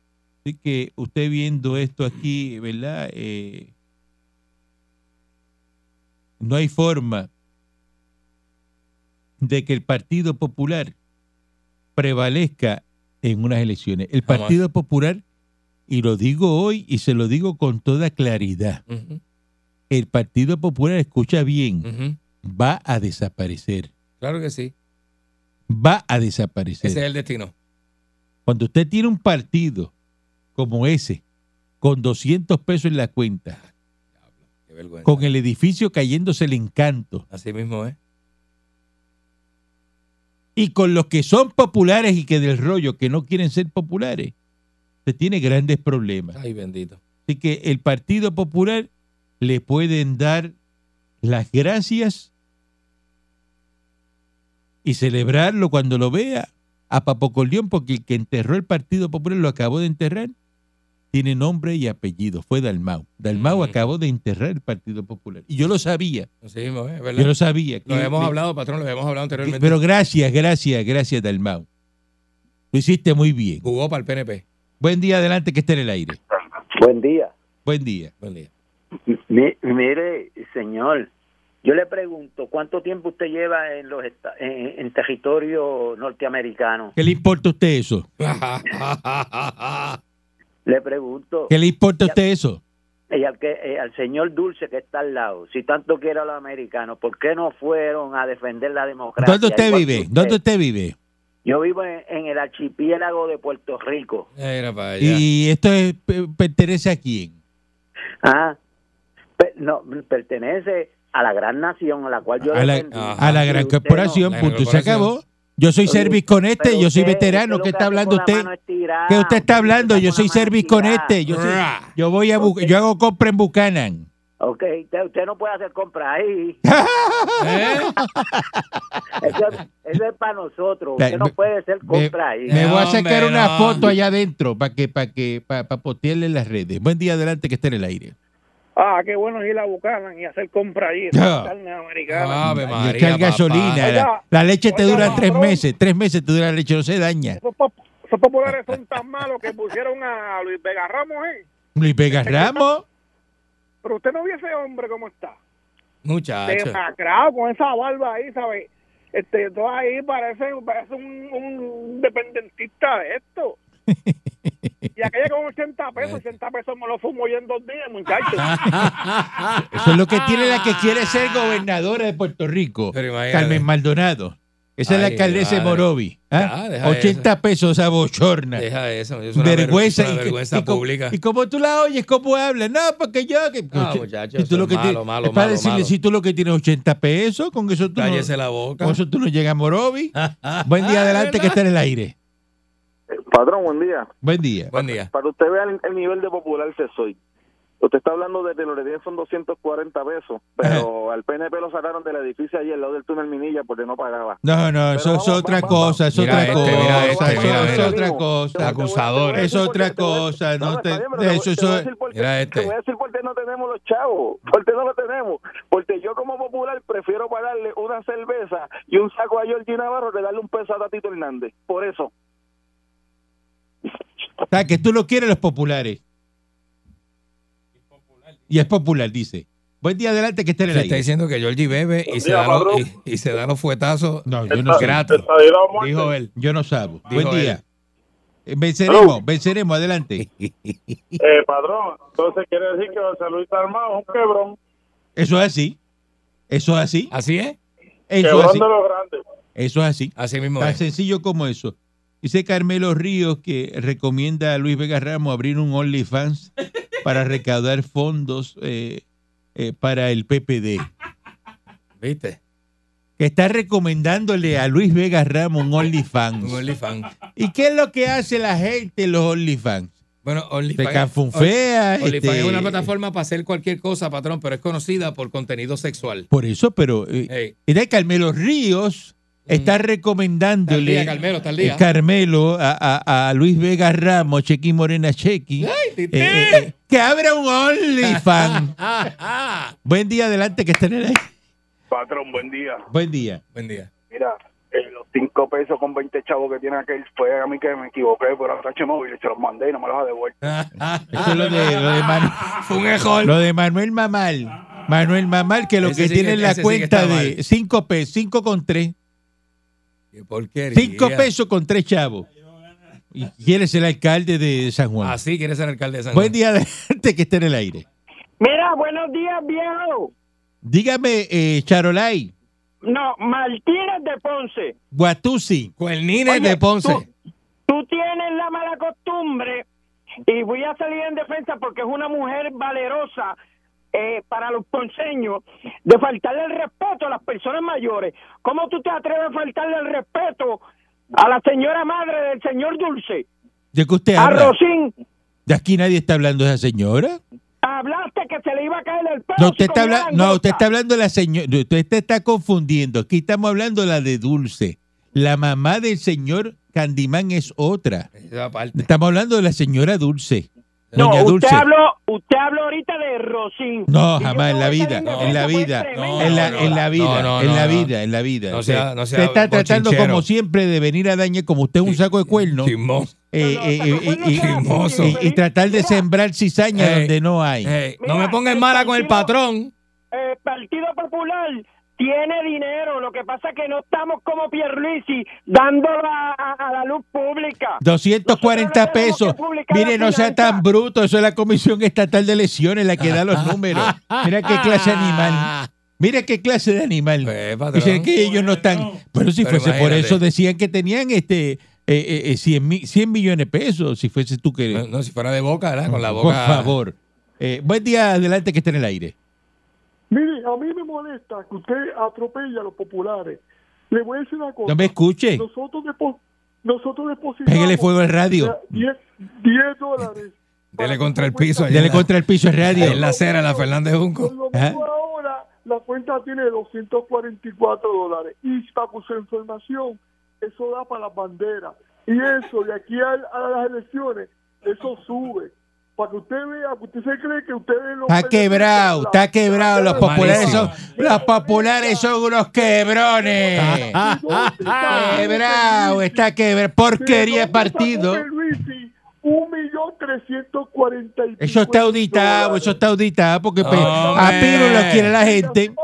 [SPEAKER 1] Así que usted viendo esto aquí, ¿verdad? Eh, no hay forma de que el Partido Popular prevalezca en unas elecciones. El
[SPEAKER 2] Jamás.
[SPEAKER 1] Partido Popular, y lo digo hoy y se lo digo con toda claridad,
[SPEAKER 2] Ujú,
[SPEAKER 1] el Partido Popular, escucha bien,
[SPEAKER 2] ujú.
[SPEAKER 1] va a desaparecer.
[SPEAKER 2] Claro que sí.
[SPEAKER 1] Va a
[SPEAKER 2] Ese
[SPEAKER 1] desaparecer.
[SPEAKER 2] es el destino.
[SPEAKER 1] Cuando usted tiene un partido como ese, con 200 pesos en la cuenta,
[SPEAKER 2] Diablo, qué vergüenza.
[SPEAKER 1] con el edificio cayéndose el encanto
[SPEAKER 2] Así mismo es.
[SPEAKER 1] y con los que son populares y que del rollo que no quieren ser populares, se tiene grandes problemas.
[SPEAKER 2] Ay, bendito.
[SPEAKER 1] Así que el Partido Popular le pueden dar las gracias y celebrarlo cuando lo vea a Papocoldión, porque el que enterró el Partido Popular lo acabó de enterrar. Tiene nombre y apellido, fue Dalmau. Dalmau
[SPEAKER 2] Mm.
[SPEAKER 1] acabó de enterrar el Partido Popular. Y yo lo sabía,
[SPEAKER 2] Sí, mismo, ¿eh? ¿verdad?
[SPEAKER 1] yo lo sabía.
[SPEAKER 2] Lo
[SPEAKER 1] Y-
[SPEAKER 2] hemos
[SPEAKER 1] y-
[SPEAKER 2] hablado, patrón, lo hemos hablado
[SPEAKER 1] y-
[SPEAKER 2] anteriormente.
[SPEAKER 1] pero gracias, gracias, gracias Dalmau. Lo hiciste muy bien.
[SPEAKER 2] Jugó para el PNP.
[SPEAKER 1] Buen día, adelante, que esté en el aire.
[SPEAKER 5] Buen día.
[SPEAKER 1] Buen día.
[SPEAKER 2] Buen día.
[SPEAKER 5] Mi- mire, señor, yo le pregunto, ¿cuánto tiempo usted lleva en los esta- en, en territorio norteamericano?
[SPEAKER 1] ¿Qué le importa a usted eso?
[SPEAKER 5] Le pregunto,
[SPEAKER 1] ¿Qué le importa a usted eso?
[SPEAKER 5] y al, que, eh, al señor Dulce que está al lado, si tanto quiere a los americanos, ¿por qué no fueron a defender la democracia?
[SPEAKER 1] ¿Dónde usted
[SPEAKER 5] igual que
[SPEAKER 1] vive?
[SPEAKER 5] usted?
[SPEAKER 1] ¿Dónde usted vive?
[SPEAKER 5] Yo vivo en, en el archipiélago de Puerto Rico.
[SPEAKER 2] Era para allá. ¿Eh?
[SPEAKER 1] ¿Y esto es- pe- pertenece a quién?
[SPEAKER 5] Ah, pe- no, pertenece a la gran nación a la cual yo
[SPEAKER 1] A la,
[SPEAKER 5] defendí.
[SPEAKER 1] a la gran
[SPEAKER 5] Y usted no.
[SPEAKER 1] corporación,
[SPEAKER 2] La gran
[SPEAKER 1] punto. Se
[SPEAKER 2] corporación.
[SPEAKER 1] acabó. Yo soy
[SPEAKER 5] Oye,
[SPEAKER 1] service con este,
[SPEAKER 5] Pero
[SPEAKER 1] yo soy
[SPEAKER 5] usted-
[SPEAKER 1] veterano. ¿Qué
[SPEAKER 5] usted lo
[SPEAKER 1] está
[SPEAKER 5] hace
[SPEAKER 1] hablando
[SPEAKER 5] con la
[SPEAKER 1] usted?
[SPEAKER 5] mano estirada,
[SPEAKER 1] ¿Qué usted está hablando?
[SPEAKER 5] con
[SPEAKER 1] Yo
[SPEAKER 5] la
[SPEAKER 1] soy
[SPEAKER 5] mano
[SPEAKER 1] service con
[SPEAKER 5] estirada.
[SPEAKER 1] este. Yo, soy-
[SPEAKER 2] Ra.
[SPEAKER 1] yo voy a bu-
[SPEAKER 5] Usted-
[SPEAKER 1] yo hago compra en Buchanan.
[SPEAKER 5] Ok, usted, usted no puede hacer compra ahí.
[SPEAKER 2] ¿Eh?
[SPEAKER 5] Eso, eso es para nosotros.
[SPEAKER 1] La-
[SPEAKER 5] Usted no
[SPEAKER 1] me-
[SPEAKER 5] puede hacer compra ahí.
[SPEAKER 1] Me voy a
[SPEAKER 2] Hombre,
[SPEAKER 1] sacar una
[SPEAKER 2] no.
[SPEAKER 1] foto allá adentro para que para que para postearle en las redes. Buen día adelante que esté en el aire.
[SPEAKER 4] Ah, qué bueno es ir a Bucanan y hacer compra allí.
[SPEAKER 1] Ah.
[SPEAKER 4] esa carne americana.
[SPEAKER 2] Ave María,
[SPEAKER 1] Echar
[SPEAKER 2] papá.
[SPEAKER 1] gasolina. La,
[SPEAKER 4] Oiga,
[SPEAKER 1] la leche te
[SPEAKER 4] oiga,
[SPEAKER 1] dura tres
[SPEAKER 4] patrón.
[SPEAKER 1] meses. Tres meses te dura la leche, no se daña.
[SPEAKER 4] Esos, pop- esos populares son tan malos que pusieron a Luis Vega Ramos, ¿eh?
[SPEAKER 1] Luis Vegas Ramos.
[SPEAKER 4] Pero usted no vio ese hombre cómo está.
[SPEAKER 2] Muchacho.
[SPEAKER 4] Demacrado, con esa barba ahí, ¿sabe? Este, todo ahí parece, parece un, un dependentista de esto. Y aquella con 80 pesos, 80 pesos me lo fumo yo en dos días, muchachos.
[SPEAKER 1] Eso es lo que tiene la que quiere ser gobernadora de Puerto Rico.
[SPEAKER 2] Pero imagínate.
[SPEAKER 1] Carmen Maldonado. Esa es la
[SPEAKER 2] Ay,
[SPEAKER 1] alcaldesa de
[SPEAKER 2] madre.
[SPEAKER 1] Morovi. ¿ah?
[SPEAKER 2] Ya, deja
[SPEAKER 1] 80 pesos esa bochorna.
[SPEAKER 2] Deja eso. Es una
[SPEAKER 1] Vergüenza.
[SPEAKER 2] vergüenza. Una
[SPEAKER 1] y que-
[SPEAKER 2] vergüenza
[SPEAKER 1] y como-
[SPEAKER 2] pública.
[SPEAKER 1] Y como tú la oyes, ¿cómo habla? No, porque yo... Que,
[SPEAKER 2] Ah,
[SPEAKER 1] Oye,
[SPEAKER 2] muchacho,
[SPEAKER 1] si tú
[SPEAKER 2] eso
[SPEAKER 1] lo
[SPEAKER 2] es
[SPEAKER 1] que
[SPEAKER 2] malo,
[SPEAKER 1] tienes-
[SPEAKER 2] malo,
[SPEAKER 1] es para
[SPEAKER 2] malo,
[SPEAKER 1] decirle,
[SPEAKER 2] malo.
[SPEAKER 1] si tú lo que tienes 80 pesos, con eso tú,
[SPEAKER 2] Cállese
[SPEAKER 1] no,
[SPEAKER 2] la boca. Ah.
[SPEAKER 1] con eso tú no llegas a Morovi. Buen día adelante que está en el aire.
[SPEAKER 6] Patrón, Eh, buen día.
[SPEAKER 1] Buen día.
[SPEAKER 2] Buen día.
[SPEAKER 6] Para usted vea el, el nivel de popular que soy. Usted está hablando de que lo que tienen son 240 pesos, pero al PNP lo sacaron del edificio allí al lado del túnel Minilla porque no pagaba.
[SPEAKER 1] No, no, eso es
[SPEAKER 6] vamos,
[SPEAKER 1] otra
[SPEAKER 6] vamos,
[SPEAKER 1] cosa, es
[SPEAKER 2] Mira
[SPEAKER 1] otra
[SPEAKER 2] este,
[SPEAKER 1] cosa,
[SPEAKER 2] mira este,
[SPEAKER 1] eso
[SPEAKER 2] mira,
[SPEAKER 1] es
[SPEAKER 2] mira.
[SPEAKER 1] otra cosa.
[SPEAKER 6] Acusador.
[SPEAKER 1] Es otra cosa, no te- eso, eso es-
[SPEAKER 2] mira este.
[SPEAKER 6] Te voy a decir por qué no tenemos los chavos, por qué no lo tenemos. Porque yo como popular prefiero pagarle una cerveza y un saco a Georgie Navarro que darle un peso a Tatito Hernández. Por eso.
[SPEAKER 1] O sea, que tú lo quieres los populares. Y es popular, dice. Buen día adelante que esté en el
[SPEAKER 2] Se está
[SPEAKER 1] aire.
[SPEAKER 2] diciendo que Georgie bebe y se,
[SPEAKER 6] día,
[SPEAKER 2] da los,
[SPEAKER 6] Pablo.
[SPEAKER 2] y, y se da los fuetazos
[SPEAKER 1] No, yo no sabo.
[SPEAKER 2] gratis. Dijo él.
[SPEAKER 1] Yo no sabo.
[SPEAKER 2] Dijo
[SPEAKER 1] Buen día.
[SPEAKER 2] él.
[SPEAKER 1] Eh, Venceremos, venceremos, adelante.
[SPEAKER 7] Eh, padrón, entonces quiere decir que José Luis Armado es un quebrón,
[SPEAKER 1] Eso es así. Eso es así.
[SPEAKER 2] Así es.
[SPEAKER 1] Eso es
[SPEAKER 7] quebrón
[SPEAKER 1] así.
[SPEAKER 7] de los grandes.
[SPEAKER 1] Eso es así.
[SPEAKER 2] Así mismo
[SPEAKER 1] Tan
[SPEAKER 2] es.
[SPEAKER 1] sencillo como eso. Dice Carmelo Ríos que recomienda a Luis Vega Ramos abrir un OnlyFans para recaudar fondos eh, eh, para el PPD.
[SPEAKER 2] ¿Viste?
[SPEAKER 1] Que está recomendándole a Luis Vega Ramos un
[SPEAKER 2] Un
[SPEAKER 1] OnlyFans.
[SPEAKER 2] OnlyFans.
[SPEAKER 1] ¿Y qué es lo que hace la gente en los OnlyFans?
[SPEAKER 2] Bueno,
[SPEAKER 1] Se
[SPEAKER 2] OnlyFans.
[SPEAKER 1] canfunfea.
[SPEAKER 2] OnlyFans es
[SPEAKER 1] este,
[SPEAKER 2] una plataforma para hacer cualquier cosa, patrón, pero es conocida por contenido sexual.
[SPEAKER 1] Por eso, pero... eh,
[SPEAKER 2] Ey,
[SPEAKER 1] y de Carmelo Ríos está
[SPEAKER 2] tal
[SPEAKER 1] recomendándole...
[SPEAKER 2] Mm. día, Carmelo, tal
[SPEAKER 1] eh,
[SPEAKER 2] día.
[SPEAKER 1] Carmelo a, a- a Luis Vega Ramos, Chequi Morena Chequi.
[SPEAKER 2] Ay, tití.
[SPEAKER 1] Eh, eh, eh, que abra un OnlyFans.
[SPEAKER 2] Ah, ah.
[SPEAKER 1] Buen día, adelante, que estén en el
[SPEAKER 6] Patrón, buen día.
[SPEAKER 1] Buen día.
[SPEAKER 2] Buen día.
[SPEAKER 6] Mira, eh, los 5 pesos con 20 chavos que tiene aquel fue a mí que me equivoqué por atache móvil, se los mandé y no me los ha devuelto.
[SPEAKER 2] Ah,
[SPEAKER 1] Eso es lo de, lo de, Manu-
[SPEAKER 2] Fue un ejol.
[SPEAKER 1] lo de Manuel Mamal. Manuel Mamal, que lo
[SPEAKER 2] Ese
[SPEAKER 1] que
[SPEAKER 2] sí
[SPEAKER 1] tiene
[SPEAKER 2] que-
[SPEAKER 1] en la
[SPEAKER 2] ese sí que
[SPEAKER 1] cuenta
[SPEAKER 2] está
[SPEAKER 1] de
[SPEAKER 2] mal.
[SPEAKER 1] 5 pesos, 5 con 3.
[SPEAKER 2] Qué porquería.
[SPEAKER 1] 5 pesos con 3 chavos. Y quiere ser el alcalde de San Juan.
[SPEAKER 2] Así Ah, quiere ser alcalde de San
[SPEAKER 1] Buen
[SPEAKER 2] Juan.
[SPEAKER 1] día, adelante, que esté en el aire.
[SPEAKER 4] Mira, buenos días, viejo.
[SPEAKER 1] Dígame, eh, Charolay,
[SPEAKER 4] No, Martínez de Ponce.
[SPEAKER 1] Guatusi.
[SPEAKER 2] Cuernines
[SPEAKER 4] Oye,
[SPEAKER 2] de Ponce.
[SPEAKER 4] Tú tienes la mala costumbre, y voy a salir en defensa porque es una mujer valerosa eh, para los ponceños, de faltarle el respeto a las personas mayores. ¿Cómo tú te atreves a faltarle el respeto a la señora madre del señor Dulce?
[SPEAKER 1] ¿De qué usted habla?
[SPEAKER 4] Arrocín,
[SPEAKER 1] ¿De aquí nadie está hablando de esa señora?
[SPEAKER 4] hablaste que se le iba a caer el pelo.
[SPEAKER 1] No, usted
[SPEAKER 4] si
[SPEAKER 1] está,
[SPEAKER 4] comiera
[SPEAKER 1] habla- no, usted
[SPEAKER 4] langosta.
[SPEAKER 1] está hablando de la señora. Usted te está confundiendo. Aquí estamos hablando de la de Dulce. La mamá del señor Candimán es otra.
[SPEAKER 2] Esa parte.
[SPEAKER 1] Estamos hablando de la señora Dulce.
[SPEAKER 4] No,
[SPEAKER 1] Doña
[SPEAKER 4] usted
[SPEAKER 1] Dulce.
[SPEAKER 4] habló, usted habló ahorita de Rocín.
[SPEAKER 1] No,
[SPEAKER 4] Y yo
[SPEAKER 1] jamás, en la
[SPEAKER 4] estaba
[SPEAKER 1] vida,
[SPEAKER 4] saliendo
[SPEAKER 1] en
[SPEAKER 4] que
[SPEAKER 1] la
[SPEAKER 4] esa fue
[SPEAKER 1] vida,
[SPEAKER 4] tremenda
[SPEAKER 1] en la, en la
[SPEAKER 4] bola.
[SPEAKER 1] vida,
[SPEAKER 2] No, no,
[SPEAKER 1] en
[SPEAKER 2] no,
[SPEAKER 1] la
[SPEAKER 2] no.
[SPEAKER 1] vida, en la vida.
[SPEAKER 2] No sea- no sea
[SPEAKER 1] usted está tratando
[SPEAKER 2] bochinchero.
[SPEAKER 1] como siempre de venir a dañar, como usted es un saco de cuernos,
[SPEAKER 2] Chismoso.
[SPEAKER 1] eh,
[SPEAKER 4] No,
[SPEAKER 1] eh,
[SPEAKER 4] no, saco de
[SPEAKER 1] eh,
[SPEAKER 4] cuernos
[SPEAKER 1] y-
[SPEAKER 4] sea
[SPEAKER 2] chismoso.
[SPEAKER 1] y- y tratar de
[SPEAKER 4] Mira.
[SPEAKER 1] sembrar cizaña
[SPEAKER 2] Ey.
[SPEAKER 1] donde no hay.
[SPEAKER 2] Ey, Eh, no
[SPEAKER 4] Mira,
[SPEAKER 2] me pongas
[SPEAKER 4] el
[SPEAKER 2] mala con el patrón.
[SPEAKER 4] El eh, Partido Popular tiene dinero, lo que pasa es que no estamos como Pierluisi dándolo a, a- a la luz pública.
[SPEAKER 1] 240
[SPEAKER 4] Nosotros tenemos
[SPEAKER 1] pesos.
[SPEAKER 4] que publicar
[SPEAKER 1] Mire,
[SPEAKER 4] la
[SPEAKER 1] no sea
[SPEAKER 4] finanza.
[SPEAKER 1] tan bruto. Eso es la Comisión Estatal de Elecciones la que da los números. Mira
[SPEAKER 2] Ah.
[SPEAKER 1] qué clase de animal. Mira qué clase de animal.
[SPEAKER 2] Eh, patrón.
[SPEAKER 1] Dicen que ellos no están. Pero si
[SPEAKER 2] Pero
[SPEAKER 1] fuese por
[SPEAKER 2] imagínate.
[SPEAKER 1] eso, decían que tenían este eh, eh, eh, 100, mi- 100 millones de pesos. Si fuese tú
[SPEAKER 2] No,
[SPEAKER 1] que.
[SPEAKER 2] no, si fuera de boca, ¿verdad? Con la boca.
[SPEAKER 1] Por favor. Eh, buen día, adelante que esté en el aire.
[SPEAKER 8] Mire, a mí me molesta que usted atropella a los populares. Le voy a decir una cosa.
[SPEAKER 1] No me escuche.
[SPEAKER 8] Nosotros, depo- nosotros depositamos...
[SPEAKER 1] Pégale fuego al radio.
[SPEAKER 8] 10, 10 dólares.
[SPEAKER 2] Dele contra el piso. allá
[SPEAKER 1] Dele
[SPEAKER 2] en la-
[SPEAKER 1] contra el piso al radio.
[SPEAKER 2] En la acera, la Fernández
[SPEAKER 8] Por
[SPEAKER 2] Junco.
[SPEAKER 8] lo
[SPEAKER 1] Ajá.
[SPEAKER 8] mismo ahora, la cuenta tiene 244 dólares. Y para su información, eso da para las banderas. Y eso, de aquí al- a, las elecciones, eso sube. Para que usted vea, que usted se cree que ustedes... los
[SPEAKER 1] Está quebrado, está quebrado. Los populares son,
[SPEAKER 2] Malísimo.
[SPEAKER 1] los populares son unos quebrones. Quebrado, está quebrado. Porquería de partido.
[SPEAKER 8] Un millón trescientos cuarenta y
[SPEAKER 1] Eso está auditado, eso está auditado, porque pe- a
[SPEAKER 2] Hombre.
[SPEAKER 1] Piro lo quiere la gente.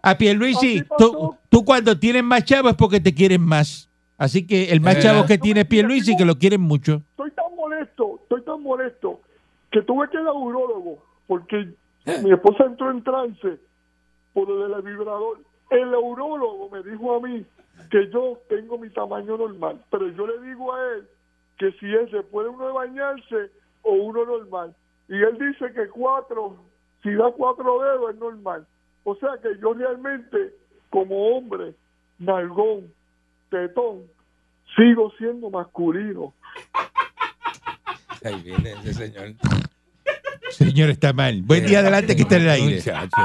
[SPEAKER 1] A Pierluisi,
[SPEAKER 8] Así
[SPEAKER 1] tú,
[SPEAKER 8] pasó.
[SPEAKER 1] tú cuando tienes más chavos es porque te quieren más. Así que el más
[SPEAKER 2] Eh.
[SPEAKER 1] chavo que tiene es Pierluisi, que lo quieren mucho.
[SPEAKER 8] Estoy tan molesto, estoy tan molesto que tuve que ir a urólogo porque mi esposa entró en trance por lo del vibrador. El urólogo me dijo a mí que yo tengo mi tamaño normal, pero yo le digo a él que si es después de uno de bañarse o uno normal. Y él dice que cuatro, si da cuatro dedos es normal. O sea que yo realmente, como hombre, nalgón, tetón, sigo siendo masculino.
[SPEAKER 2] Ahí viene ese señor.
[SPEAKER 1] Señor, está mal. Buen día, adelante, que está en el aire.
[SPEAKER 2] Muchacho.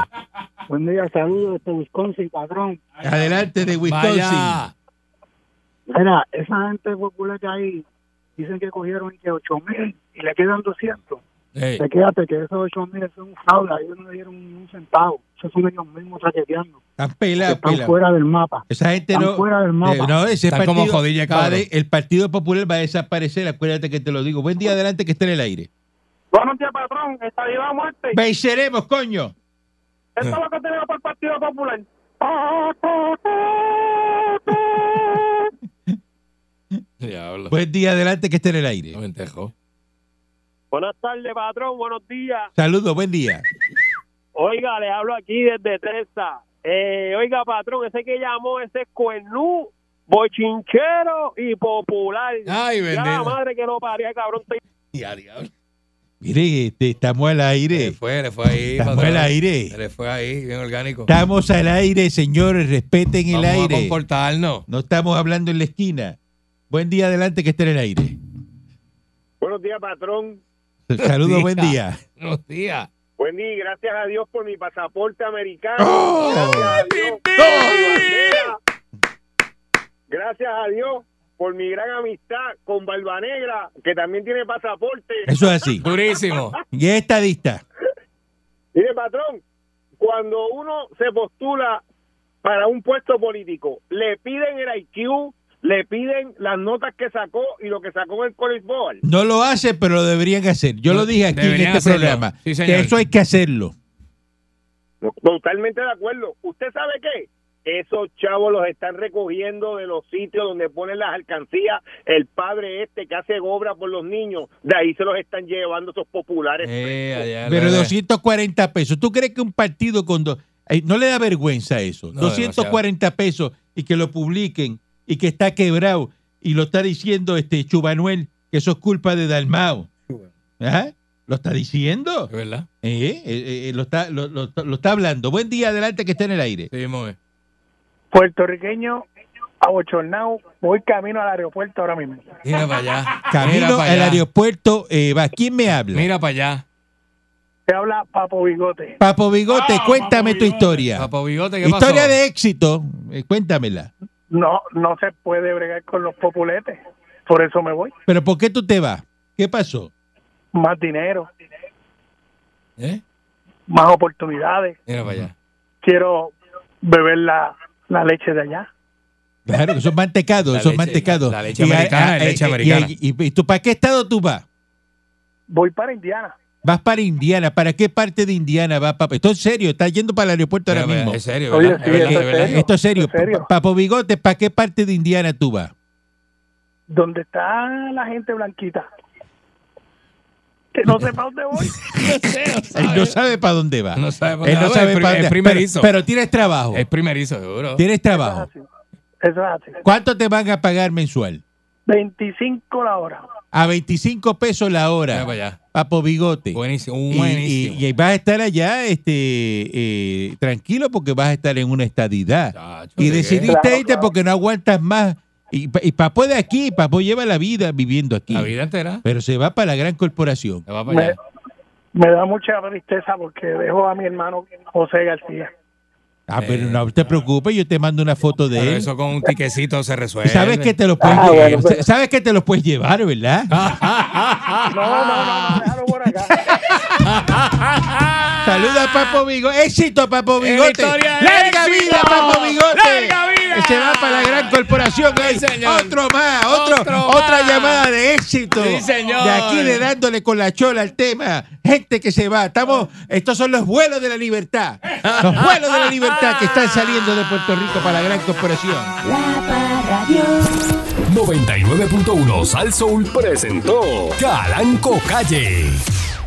[SPEAKER 5] Buen día, saludos desde Wisconsin, padrón.
[SPEAKER 1] Adelante de Wisconsin.
[SPEAKER 2] Vaya.
[SPEAKER 5] Mira, esa gente popular que hay dicen que cogieron que 8 mil y le quedan 200.
[SPEAKER 2] Ey,
[SPEAKER 5] Te quédate que esos 8 mil es un fraude, ellos no dieron ni un centavo. Esos son ellos mismos traqueteando.
[SPEAKER 1] Están pelados,
[SPEAKER 5] Están
[SPEAKER 1] pelados.
[SPEAKER 5] fuera del mapa.
[SPEAKER 1] Esa gente
[SPEAKER 5] Están
[SPEAKER 1] no.
[SPEAKER 5] fuera del mapa.
[SPEAKER 1] eh, no, ese
[SPEAKER 2] Están
[SPEAKER 1] partido
[SPEAKER 2] como jodilla,
[SPEAKER 1] va
[SPEAKER 2] cabrón.
[SPEAKER 1] de- el Partido Popular va a desaparecer, acuérdate que te lo digo. Buen día, adelante, que esté en el aire.
[SPEAKER 4] Buenos días, patrón. Está viva a muerte.
[SPEAKER 1] Venceremos, coño.
[SPEAKER 4] Esto es lo que tenemos por el Partido Popular.
[SPEAKER 2] diablo.
[SPEAKER 1] Buen día, adelante, que esté en el aire.
[SPEAKER 2] No me entejó.
[SPEAKER 4] Buenas tardes, patrón. Buenos días.
[SPEAKER 1] Saludos, buen día.
[SPEAKER 4] Oiga, le hablo aquí desde Teresa. Eh, oiga, patrón, ese que llamó, ese es cuernú, bochinchero y popular.
[SPEAKER 2] Ay,
[SPEAKER 4] ya la
[SPEAKER 2] bendito.
[SPEAKER 4] madre que lo paría, cabrón. Te-
[SPEAKER 2] Ya, diablo.
[SPEAKER 1] Mire, este, estamos al
[SPEAKER 2] Le
[SPEAKER 1] aire.
[SPEAKER 2] fue, le fue ahí.
[SPEAKER 1] Estamos
[SPEAKER 2] patrón.
[SPEAKER 1] al aire.
[SPEAKER 2] Se le fue ahí, bien orgánico.
[SPEAKER 1] Estamos al aire, señores. Respeten el
[SPEAKER 2] Vamos a
[SPEAKER 1] aire.
[SPEAKER 2] comportarnos.
[SPEAKER 1] No estamos hablando en la esquina. Buen día, adelante, que esté en el aire.
[SPEAKER 4] Buenos días, patrón.
[SPEAKER 1] Saludos, buen día.
[SPEAKER 2] Buenos días.
[SPEAKER 4] Buen día, y gracias a Dios por mi pasaporte americano.
[SPEAKER 1] ¡Oh!
[SPEAKER 4] Gracias a Dios por mi bandera. Gracias a Dios por mi gran amistad con Barba Negra, que también tiene pasaporte.
[SPEAKER 1] Eso es así.
[SPEAKER 2] Durísimo.
[SPEAKER 1] Y es estadista.
[SPEAKER 4] Mire, patrón, cuando uno se postula para un puesto político, le piden el IQ, le piden las notas que sacó y lo que sacó en el College Board.
[SPEAKER 1] No lo hace, pero lo deberían hacer. Yo lo dije aquí en
[SPEAKER 2] Deberían
[SPEAKER 1] este
[SPEAKER 2] hacerlo.
[SPEAKER 1] programa.
[SPEAKER 2] Sí, señor.
[SPEAKER 1] que eso hay que hacerlo.
[SPEAKER 4] No, Totalmente de acuerdo. ¿Usted sabe qué? Esos chavos los están recogiendo de los sitios donde ponen las alcancías. El padre este que hace obra por los niños, de ahí se los están llevando esos populares.
[SPEAKER 2] Eh, allá,
[SPEAKER 1] Pero
[SPEAKER 2] allá.
[SPEAKER 1] 240 pesos. ¿Tú crees que un partido con... dos- Ay, no le da vergüenza eso.
[SPEAKER 2] No,
[SPEAKER 1] 240 pesos y que lo publiquen y que está quebrado y lo está diciendo este Chubanuel que eso es culpa de Dalmao. ¿Ah? ¿Lo está diciendo?
[SPEAKER 2] Es verdad.
[SPEAKER 1] Eh, eh, eh, lo, está, lo, lo está- lo está hablando. Buen día, adelante que está en el aire.
[SPEAKER 2] Sí, muy bien.
[SPEAKER 5] Puertorriqueño
[SPEAKER 4] abochornado, voy camino al aeropuerto ahora mismo.
[SPEAKER 2] Mira para allá. Mira
[SPEAKER 1] Camino
[SPEAKER 2] para
[SPEAKER 1] al
[SPEAKER 2] allá.
[SPEAKER 1] aeropuerto, eh, va. ¿Quién me habla?
[SPEAKER 2] Mira para allá.
[SPEAKER 4] Te habla Papo Bigote.
[SPEAKER 1] Papo Bigote, cuéntame tu historia.
[SPEAKER 2] Ah, Papo Bigote, ¿qué pasó?
[SPEAKER 1] Historia de éxito, eh, cuéntamela.
[SPEAKER 4] No, no se puede bregar con los populetes. Por eso me voy.
[SPEAKER 1] Pero ¿por qué tú te vas? ¿Qué pasó?
[SPEAKER 4] Más dinero,
[SPEAKER 2] ¿Eh?
[SPEAKER 4] más oportunidades.
[SPEAKER 2] Mira para allá.
[SPEAKER 4] Quiero beber la, la leche de allá.
[SPEAKER 1] Claro, que son mantecados,
[SPEAKER 2] La
[SPEAKER 1] son
[SPEAKER 2] leche-
[SPEAKER 1] mantecados.
[SPEAKER 2] la leche americana es leche
[SPEAKER 1] y-
[SPEAKER 2] americana.
[SPEAKER 1] y- y- y tú para qué estado tú vas?
[SPEAKER 4] Voy para Indiana.
[SPEAKER 1] Vas para Indiana. ¿para qué parte de Indiana va, Papo? Esto es serio, estás yendo para el aeropuerto ahora
[SPEAKER 2] Mira para
[SPEAKER 1] mismo. Eh,
[SPEAKER 2] allá. Es serio,
[SPEAKER 4] Oye,
[SPEAKER 2] ¿verdad?
[SPEAKER 4] sí,
[SPEAKER 2] Es verdad, es
[SPEAKER 4] eso es
[SPEAKER 2] verdad.
[SPEAKER 4] serio.
[SPEAKER 1] Esto es serio.
[SPEAKER 4] ¿En serio?
[SPEAKER 1] Papo Bigote, ¿para qué parte de Indiana tú vas?
[SPEAKER 4] donde está la gente blanquita. Que no sepa dónde voy.
[SPEAKER 1] Él no sabe para dónde va.
[SPEAKER 2] No sabe para
[SPEAKER 1] Él no
[SPEAKER 2] dónde va,
[SPEAKER 1] sabe
[SPEAKER 2] es
[SPEAKER 1] para
[SPEAKER 2] prim-
[SPEAKER 1] dónde
[SPEAKER 2] es
[SPEAKER 1] va.
[SPEAKER 2] primerizo.
[SPEAKER 1] Pero, pero tienes trabajo.
[SPEAKER 2] Es primerizo, seguro.
[SPEAKER 1] Tienes trabajo.
[SPEAKER 4] Eso es así.
[SPEAKER 1] ¿Cuánto te van a pagar mensual?
[SPEAKER 4] 25 la hora.
[SPEAKER 1] A 25 pesos la
[SPEAKER 2] Mira
[SPEAKER 1] hora.
[SPEAKER 2] para allá.
[SPEAKER 1] Papo Bigote.
[SPEAKER 2] Buenísimo,
[SPEAKER 1] Y-
[SPEAKER 2] buenísimo.
[SPEAKER 1] Y, y vas a estar allá este, eh, tranquilo porque vas a estar en una estadidad.
[SPEAKER 2] Chacho,
[SPEAKER 1] Y
[SPEAKER 2] ¿de qué?
[SPEAKER 1] decidiste
[SPEAKER 4] Claro,
[SPEAKER 1] irte
[SPEAKER 4] claro.
[SPEAKER 1] porque no aguantas más. Y, pa- y Papo de aquí, Papo lleva la vida viviendo aquí.
[SPEAKER 2] La vida entera.
[SPEAKER 1] Pero se va para la gran corporación.
[SPEAKER 2] Se va para allá.
[SPEAKER 4] Me da mucha tristeza porque dejo a mi hermano José García.
[SPEAKER 1] Ah, pero
[SPEAKER 2] Eh,
[SPEAKER 1] no te preocupes, yo te mando una foto de
[SPEAKER 2] Pero
[SPEAKER 1] él.
[SPEAKER 2] eso con un tiquecito se resuelve.
[SPEAKER 1] Sabes que te lo puedes
[SPEAKER 4] Ah,
[SPEAKER 1] llevar.
[SPEAKER 4] bueno, pero-
[SPEAKER 1] Sabes que te los puedes llevar, ¿verdad?
[SPEAKER 4] No, no, no, no, déjalo por acá.
[SPEAKER 1] Saluda a Papo Bigote. Éxito, Papo
[SPEAKER 2] ¡Eh,
[SPEAKER 1] Bigote.
[SPEAKER 2] victoria,
[SPEAKER 1] Larga
[SPEAKER 2] éxito!
[SPEAKER 1] vida, Papo Bigote.
[SPEAKER 2] ¡Larga vida!
[SPEAKER 1] Se va para la gran corporación.
[SPEAKER 2] Sí,
[SPEAKER 1] Ay,
[SPEAKER 2] señor.
[SPEAKER 1] Otro más, otro,
[SPEAKER 2] Otro
[SPEAKER 1] otra
[SPEAKER 2] más.
[SPEAKER 1] llamada de éxito.
[SPEAKER 2] Sí, señor.
[SPEAKER 1] De aquí de dándole con la chola al tema. Gente que se va. Estamos, estos son los vuelos de la libertad. Los vuelos de la libertad que están saliendo de Puerto Rico para la gran corporación.
[SPEAKER 9] La Parradio.
[SPEAKER 10] 99.1 Sal Soul presentó Calanco Calle.